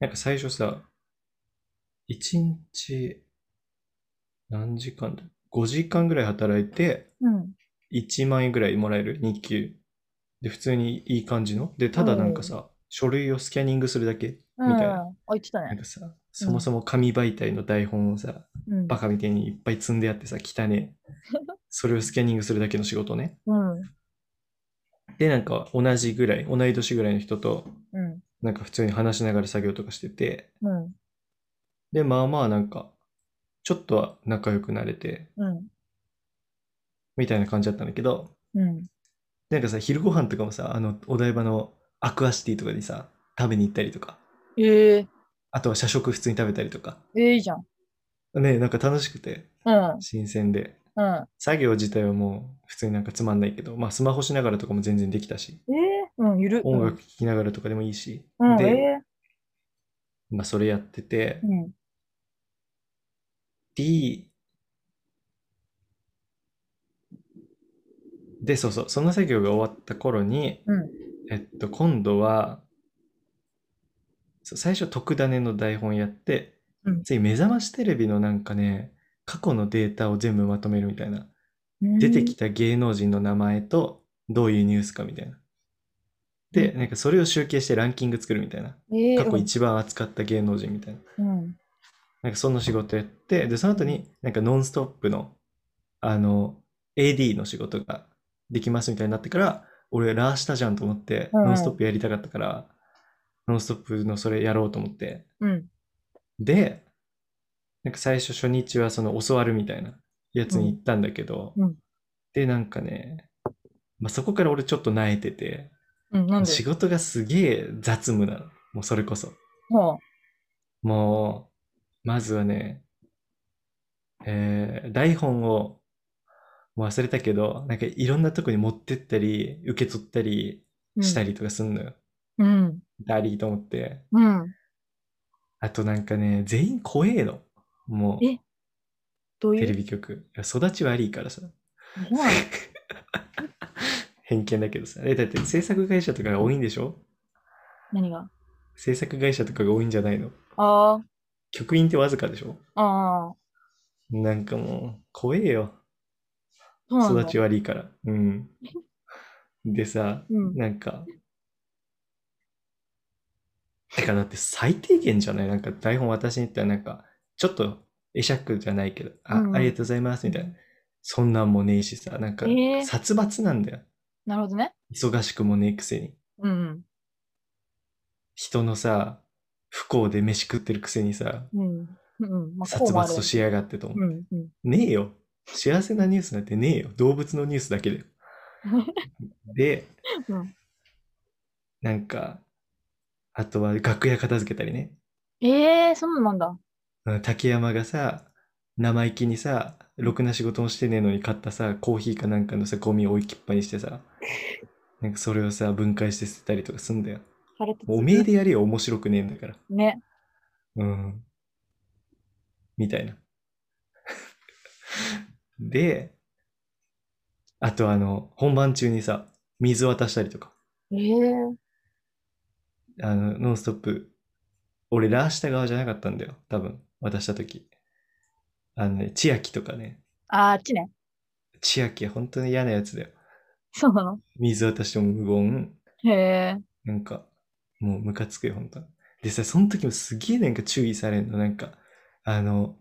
なんか最初さ、一日、何時間だ ?5 時間ぐらい働いて、
うん。
1万円ぐらいもらえる、日給。で、普通にいい感じの。で、ただなんかさ、書類をスキャニングするだけ。
うん。
みたいな
あ、言ってた
なん
ね。
かさ、そもそも紙媒体の台本をさ、
うん。
バカみたいにいっぱい積んであってさ、汚ねえ。それをスキャニングするだけの仕事ね。
うん。
で、なんか同じぐらい、同い年ぐらいの人と、
うん。
なんか普通に話しながら作業とかしてて、
うん。
で、まあまあなんか、ちょっとは仲良くなれて、
うん。
みたいな感じだったんだけど、
うん。
なんかさ、昼ご飯とかもさ、あの、お台場のアクアシティとかにさ、食べに行ったりとか、
ええ
あとは社食普通に食べたりとか、
ええいいじゃん。
ね、なんか楽しくて、
うん。
新鮮で、
うん。
作業自体はもう普通になんかつまんないけど、まあスマホしながらとかも全然できたし、
ええうん、ゆる。
音楽聴きながらとかでもいいし、
うん、うん、
で、
え
まあそれやってて
え、うん。
D、で、そうそう、その作業が終わった頃に、
うん
えっと、今度は、そう最初、特ダネの台本やって、
うん
次、目覚ましテレビのなんかね、過去のデータを全部まとめるみたいな。
うん
出てきた芸能人の名前と、どういうニュースかみたいな。で、なんかそれを集計してランキング作るみたいな。
ええ
過去一番扱った芸能人みたいな。
うん。
なんかそんな仕事やって、で、その後になんかノンストップの、あの、AD の仕事ができますみたいになってから、俺ラーしたじゃんと思って、
うん
ノンストップやりたかったから、ノンストップのそれやろうと思って。
うん。
で、なんか最初初日はその教わるみたいなやつに行ったんだけど、
うんうん
で、なんかね、まあ、そこから俺ちょっと萎えてて、
うん、なんで
仕事がすげえ雑務なの。もうそれこそ。
は
もう、まずはね、えー台本を、もう忘れたけど、なんかいろんなとこに持ってったり、受け取ったり
あ、
した
り。
りとかすんのよ。
うん。
ダリーと思って。
うん。
あとなんかね、全員怖えの。もう、
えどういう
テレビ局。いや育ち悪いからさ。
そうなの
偏見だけどさ。え、だって制作会社とかが多いんでしょ
何が
制作会社とかが多いんじゃないの
あ
局員ってわずかでしょ
あ、ああ、
なんかもう、怖えよ。
そうなんだ。
育ち悪いから。うん。でさ、
うん。
なんか。てかだって最低限じゃないなんか台本渡しに行ったらなんか、ちょっと会釈じゃないけど、あ、
うんうん
ありがとうございますみたいな。そんなんもねえしさ、なんか
えー
殺伐なんだよ。
なるほどね。
忙しくもねえくせに。
うん。
人のさ、不幸で飯食ってるくせにさ、
うん。うん。まあ、こ
殺
うもある
伐としやがってと思
う
う。
ん。うん。
ねえよ。幸せなニュースなんてねえよ。動物のニュース だけだよ。で、
うん
なんか、あとは楽屋片付けたりね。
ええそんなんだ。
うん竹山がさ、生意気にさ、ろくな仕事もしてねえのに買ったさ、コーヒーかなんかのさ、ゴミを置いきっぱにしてさ、なんかそれをさ、分解して捨てたりとかすんだよ。
腹立つ
もうおめえでやれよ、面白くねえんだから。
ね。
うん。みたいな。 で、あとあの、本番中にさ、水渡したりとか。
ええ
あの、ノンストップ、俺、ラーした側じゃなかったんだよ、多分、渡したとき。あのね、千秋とかね、
ああっちね。
千秋、本当に嫌なやつだよ。
そうなの
水渡しても無言、
へえ。
なんか、もうムカつくよ、本当でさ、その時もすげえなんか注意されんの、なんか、あの、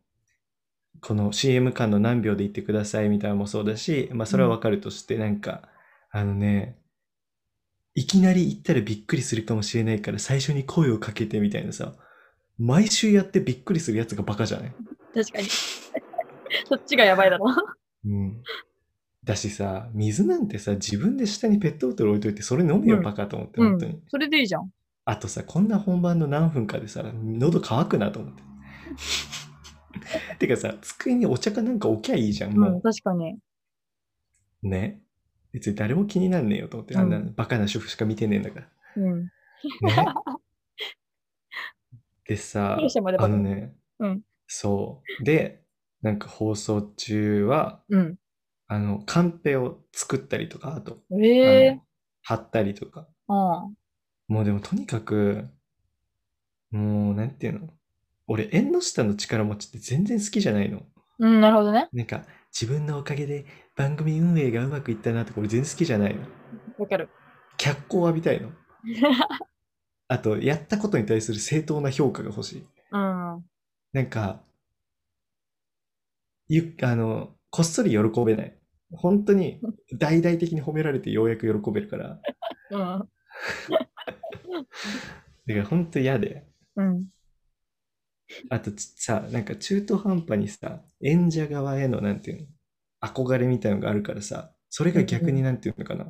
この CM 間の何秒で言ってくださいみたいなのもそうだし、まあそれはわかるとして、なんか、あのね、いきなり言ったらびっくりするかもしれないから最初に声をかけてみたいなさ、毎週やってびっくりするやつがバカじゃない
確かに。そっちがやばいだろ。
うん。だしさ、水なんてさ、自分で下にペットボトル置いといて、それ飲めよ、
うん
バカと思って、
うん
本当に。
それでいいじゃん。
あとさ、こんな本番の何分かでさ、喉乾くなと思って。 てかさ、机にお茶かなんか置きゃいいじゃん、
うん、
も
確かに。
う。ね。別に誰も気になんねえよと思って、あんな
う
バカな主婦しか見てねえんだから。
うん。
ね、でさ
弊社まで、バ
あ
カ
のね、
うん
そう。で、なんか放送中は、
うん。
あの、カンペを作ったりとか、あと、
え
あ
え
の貼ったりとか。
うん。
もうでもとにかく、もう、なんていうの俺、縁の下の力持ちって全然好きじゃないの。
うん、なるほどね。
なんか、自分のおかげで番組運営がうまくいったなとか、俺全然好きじゃないの。
わかる。
脚光を浴びたいの。あと、やったことに対する正当な評価が欲しい。
うん。
なんか、ゆ、あの、こっそり喜べない。本当に大々的に褒められてようやく喜べるから。
うん。
だから本当嫌で。
うん。
あとちさ、なんか中途半端にさ、演者側へのなんていうの、憧れみたいのがあるからさ、それが逆になんていうのかな。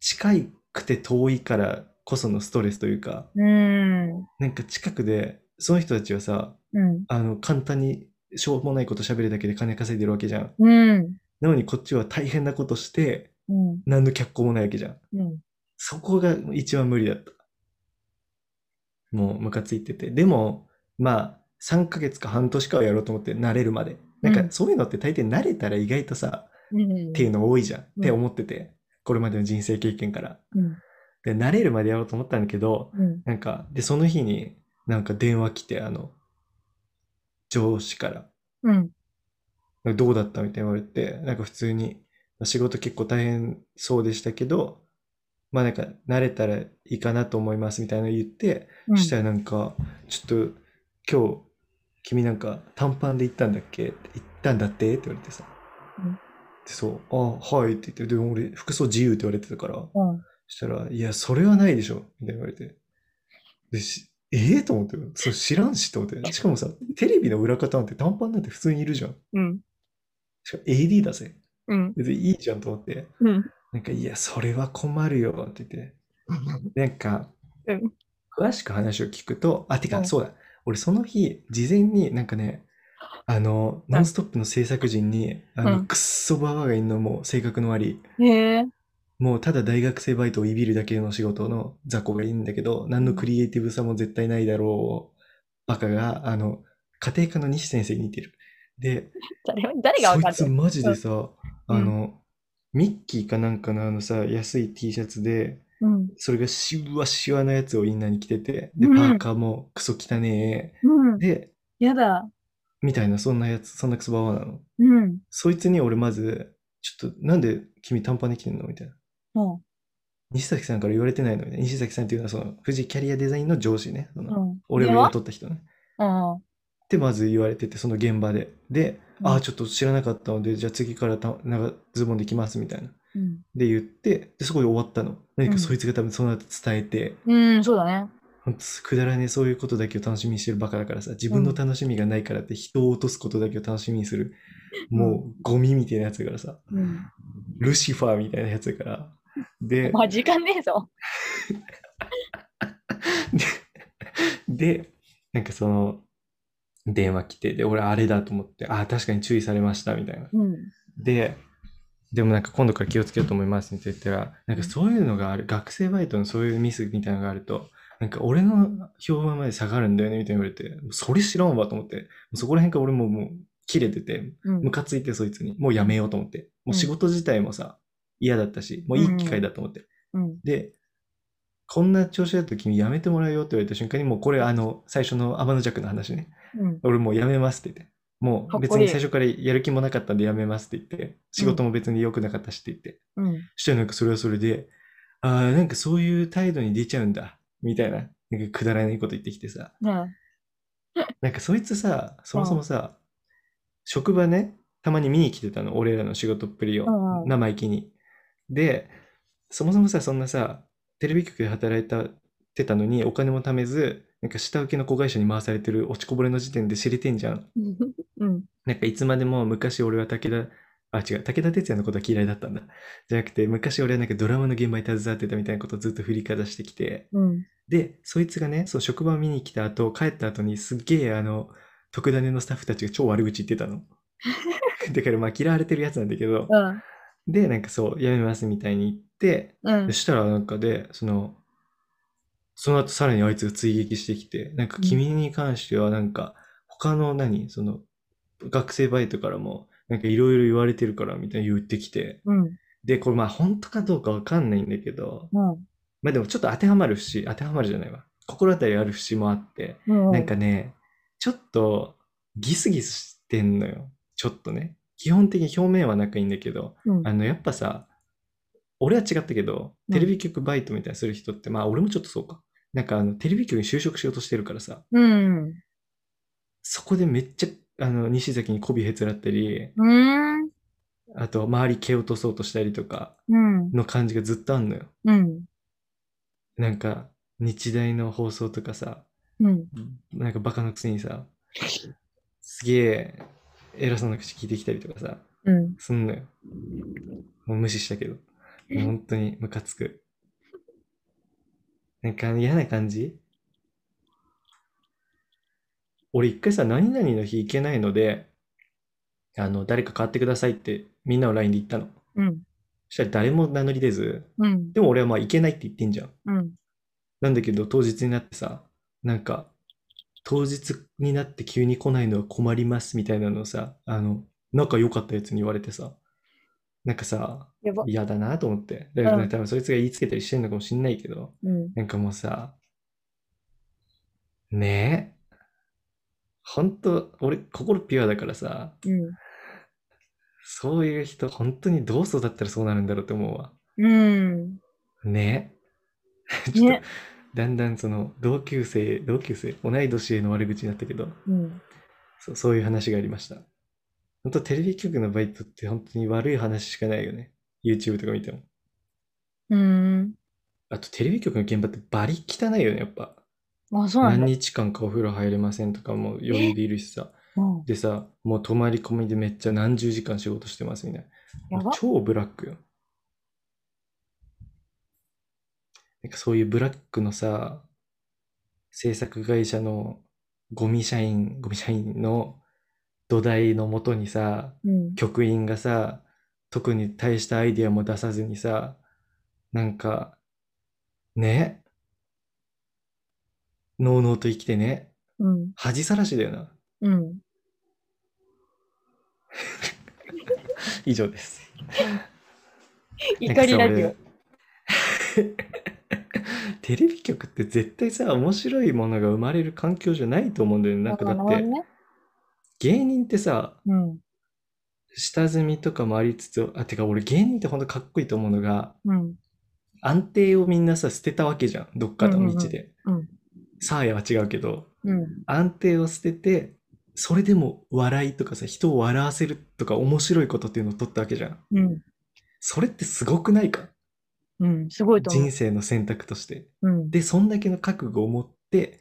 近くて遠いからこそのストレスというか、
うん。
なんか近くで、その人たちはさ、
うん。
あの、簡単にしょうもないこと喋るだけで金稼いでるわけじゃん。
うん。
なのにこっちは大変なことして、
うん。
何の脚光もないわけじゃん。
うん。
そこが一番無理だった。もうムカついてて。でも、まあ、3ヶ月か半年かはやろうと思って慣れるまで。なん
う
か
ん
そういうのって大抵慣れたら意外と
う
さ、
ん
っていうの多いじゃんって
うん
思ってて。これまでの人生経験から。
うん
で、慣れるまでやろうと思ったんだけど、
うん。
なんか、で、その日になんか電話来て、あの、上司から、
うん。
どうだったみたいに言われて、なんか普通に、仕事結構大変そうでしたけど、まあなんか慣れたらいいかなと思いますみたいなの言って、
うん
そしたらなんか、ちょっと今日、君なんか短パンで行ったんだっけって行ったんだってって言われてさ。
うん
でそう、あ、はいって言って、でも俺服装自由って言われてたから、
うん
そしたら、いや、それはないでしょみたいに言われて。でしええと思って、そう知らんしと思って。しかもさ、テレビの裏方なんて短パンなんて普通にいるじゃん。
うん。
しかも AD だぜ。
うん。
別にいいじゃんと思って。
うん。
なんか、いや、それは困るよって言 って。なんか
うん、
詳しく話を聞くと、あ、て
う
か、
ん
そうだ。俺、その日、事前になんかね、あの、
うん
ノンストップの制作陣に、あ
う
の、
ん
くっそばばがいんのもう性格の悪い、
へえ。
もうただ大学生バイトをいびるだけの仕事の雑魚がいいんだけど、何のクリエイティブさも絶対ないだろう、バカが、あの、家庭科の西先生に似てる。で、
誰誰がわか
そいつ
る
マジでさ、
うん
あの、ミッキーかなんかのあのさ、安い T シャツで、
うん。
それがシワシワのやつをインナーに着てて、で、
う
パ
ん
ーカーもクソ汚ね
うん
え、。で、
やだ。
みたいな、そんなやつ、そんなクソババアなの。
うん。
そいつに俺まず、ちょっと、なんで君短パンで着てんのみたいな。
うん。
西崎さんから言われてないのみたいな。西崎さんっていうのは、その、富士キャリアデザインの上司ね。その
うん。
俺を
電話
雇った人ね。
うん。
ってまず言われてて、その現場で。で、
うん
ああ、ちょっと知らなかったので、じゃあ次からた長ズボンで来ますみたいな。
うん
で言ってでそこで終わったの何
う
か
ん
そいつが多分その後伝えて、
うん、そうだね。
ほんとくだらねえそういうことだけを楽しみにしてるバカだからさ自分の楽しみがないからって人を落とすことだけを楽しみにする、もうゴミみたいなやつだからさ
うん。
ルシファーみたいなやつだからで
まあ、時間ねえぞ。
ででなんかその電話来てで俺あれだと思ってああ確かに注意されましたみたいな
うん。
で、でもなんか今度から気をつけようと思いますって言ったら、なんかそういうのがある、学生バイトのそういうミスみたいなのがあると、なんか俺の評判まで下がるんだよねみたいに言われて、それ知らんわと思って、そこら辺から俺ももう切れてて、
うん
ム。カついてそいつに、もうやめようと思って、もう仕事自体もさ、嫌だったし、もういい機会だと思って。
うん。
で、こんな調子だと君やめてもらうよって言われた瞬間に、もうこれあの、最初の天の弱の話ね。
うん。
俺もうやめますって言って。も
か
う
っこいい
別に最初からやる気もなかったんでやめますって言って、仕事も別に良くなかったしって言って。
うん。
そしたらなんかそれはそれで、ああ、なんかそういう態度に出ちゃうんだ、みたいな、なんかくだらないこと言ってきてさ。
うん。
なんかそいつさ、そもそもさ、職場ね、たまに見に来てたの、俺らの仕事っぷりを
うんう、ん
生意気に。で、そもそもさ、そんなさ、テレビ局で働いたてたのにお金も貯めず、なんか下請けの子会社に回されてる落ちこぼれの時点で知れてんじゃん。
うん。
なんかいつまでも昔俺は武田あ、違う。武田鉄矢のことは嫌いだったんだ。じゃなくて、昔俺はなんかドラマの現場に携わってたみたいなことをずっと振りかざしてきて、
うん。
で、そいつがね、そう職場見に来た後、帰った後にすっげえあの、特ダネのスタッフたちが超悪口言ってたの。だからまあ嫌われてるやつなんだけど、
うん。
で、なんかそう、やめますみたいに言って、
うん
そ。したらなんかで、その、その後さらにあいつが追撃してきて、なんか君に関してはなんか、他の何、その、学生バイトからも、なんかいろいろ言われてるからみたいに言ってきて、
うん。
で、これまあ本当かどうかわかんないんだけど、
うん。
まあでもちょっと当てはまる節、当てはまるじゃないわ。心当たりある節もあって、
うん。
なんかね、ちょっとギスギスしてんのよ。ちょっとね。基本的に表面は仲いいんだけど、
うん
あの、やっぱさ、俺は違ったけど、
うん
テレビ局バイトみたいなする人って、まあ俺もちょっとそうか。なんかあの、テレビ局に就職しようとしてるからさ、
うん。
そこでめっちゃ、あの、西崎に媚びへつらったり、
うん。
あと周り蹴落とそうとしたりとか
うん。
の感じがずっとあんのよ。
うん。
なんか、日大の放送とかさ、
うん。
なんかバカのくせにさ、すげえ偉そうな口聞いてきたりとかさ、
うん。
すんのよ。もう無視したけど。もう本当にムカつく。なんか嫌な感じ俺一回さ、何々の日行けないので、あの、誰か代わってくださいってみんなの LINE で言ったの。
うん。
そしたら誰も名乗り出ず、
うん。
でも俺はまあ行けないって言ってんじゃん。
うん。
なんだけど当日になってさ、なんか、当日になって急に来ないのは困りますみたいなのをさ、あの、仲良かったやつに言われてさ、なんかさ、
やば。
嫌だなと思って。だから
うん
多分そいつが言いつけたりしてんのかもしんないけど、
うん。
なんかもうさ、ねえ。ほんと、俺、心ピュアだからさ、
うん。
そういう人、本当にどう育ったらそうなるんだろうと思うわ。
うん。
ねちょっと、
ね。
だんだんその同級生同級生同い年への悪口になったけど
うん。
そうそういう話がありました本当テレビ局のバイトって本当に悪い話しかないよね YouTube とか見ても
うん。
あとテレビ局の現場ってバリ汚いよねやっぱ
まあそうなん
何
だ。
日間かお風呂入れませんとかも余裕でいるしさ
うん。
でさもう泊まり込みでめっちゃ何十時間仕事してますみたい
や
な
ば
もう超ブラックよなんかそういうブラックのさ制作会社のゴミ社員ゴミ社員の土台のもとにさ
うん。
局員がさ特に大したアイディアも出さずにさなんかねのうのうと生きてね
うん。
恥さらしだよな
うん。
以上です
怒りラジ
なん
オ
か。さ俺 テレビ局って絶対さ面白いものが生まれる環境じゃないと思うんだよねなんかだ
な
っ
るほど
て
ね。
芸人ってさ
うん。
下積みとかもありつつあてか俺芸人ってほんとかっこいいと思うのが
うん。
安定をみんなさ捨てたわけじゃんどっかの道で、
うんうんうんうん
サーヤは違うけど
うん。
安定を捨ててそれでも笑いとかさ人を笑わせるとか面白いことっていうのを取ったわけじゃん
うん。
それってすごくないか
うん。すごいと思う
人。生の選択として
うん。
で、そんだけの覚悟を持って、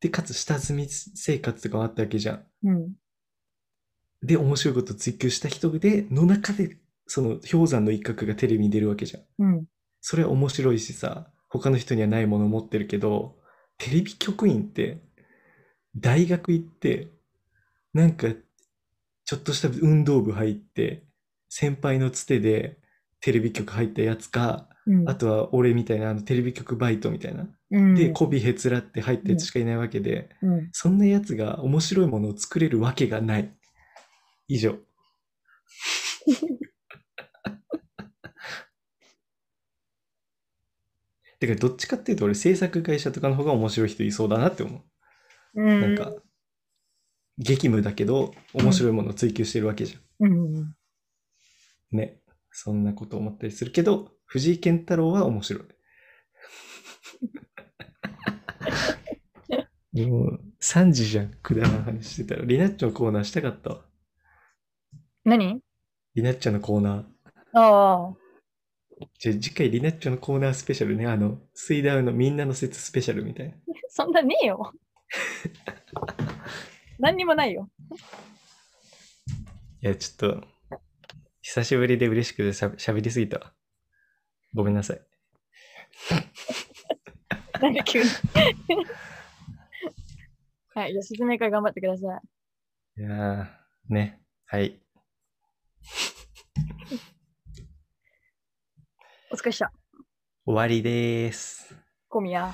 で、かつ下積み生活とかもあったわけじゃん。
うん。
で、面白いことを追求した人で、の中で、その氷山の一角がテレビに出るわけじゃん。
うん。
それは面白いしさ、他の人にはないものを持ってるけど、テレビ局員って、大学行って、なんか、ちょっとした運動部入って、先輩のつてでテレビ局入ったやつか、
うん。
あとは俺みたいなあのテレビ局バイトみたいな、
うん。
で、媚びへつらって入ったやつしかいないわけで、
うん。
そんなやつが面白いものを作れるわけがない。以上。 てか、どっちかっていうと、俺、制作会社とかの方が面白い人いそうだなって思
う
う。なん
ん。
か、激務だけど、面白いものを追求してるわけじゃ
うん。
ん。ね。そんなこと思ったりするけど、藤井健太郎は面白い。もう、3時じゃん、くだらん話してたら。リナッチョのコーナーしたかったわ。
何
リナッチョのコーナー。
ああ。
じゃあ次回リナッチョのコーナースペシャルね。あの、水ダウのみんなの説スペシャルみたいな。
そんなねえよ。 何にもないよ。
いや、ちょっと、久しぶりで嬉しくてしゃしゃべりすぎたわ。ごめんなさい。
なんで急に。 はい、吉爪会頑張ってください。
いやー、ね。はい。
お疲れっした。
終わりでーす。
小宮。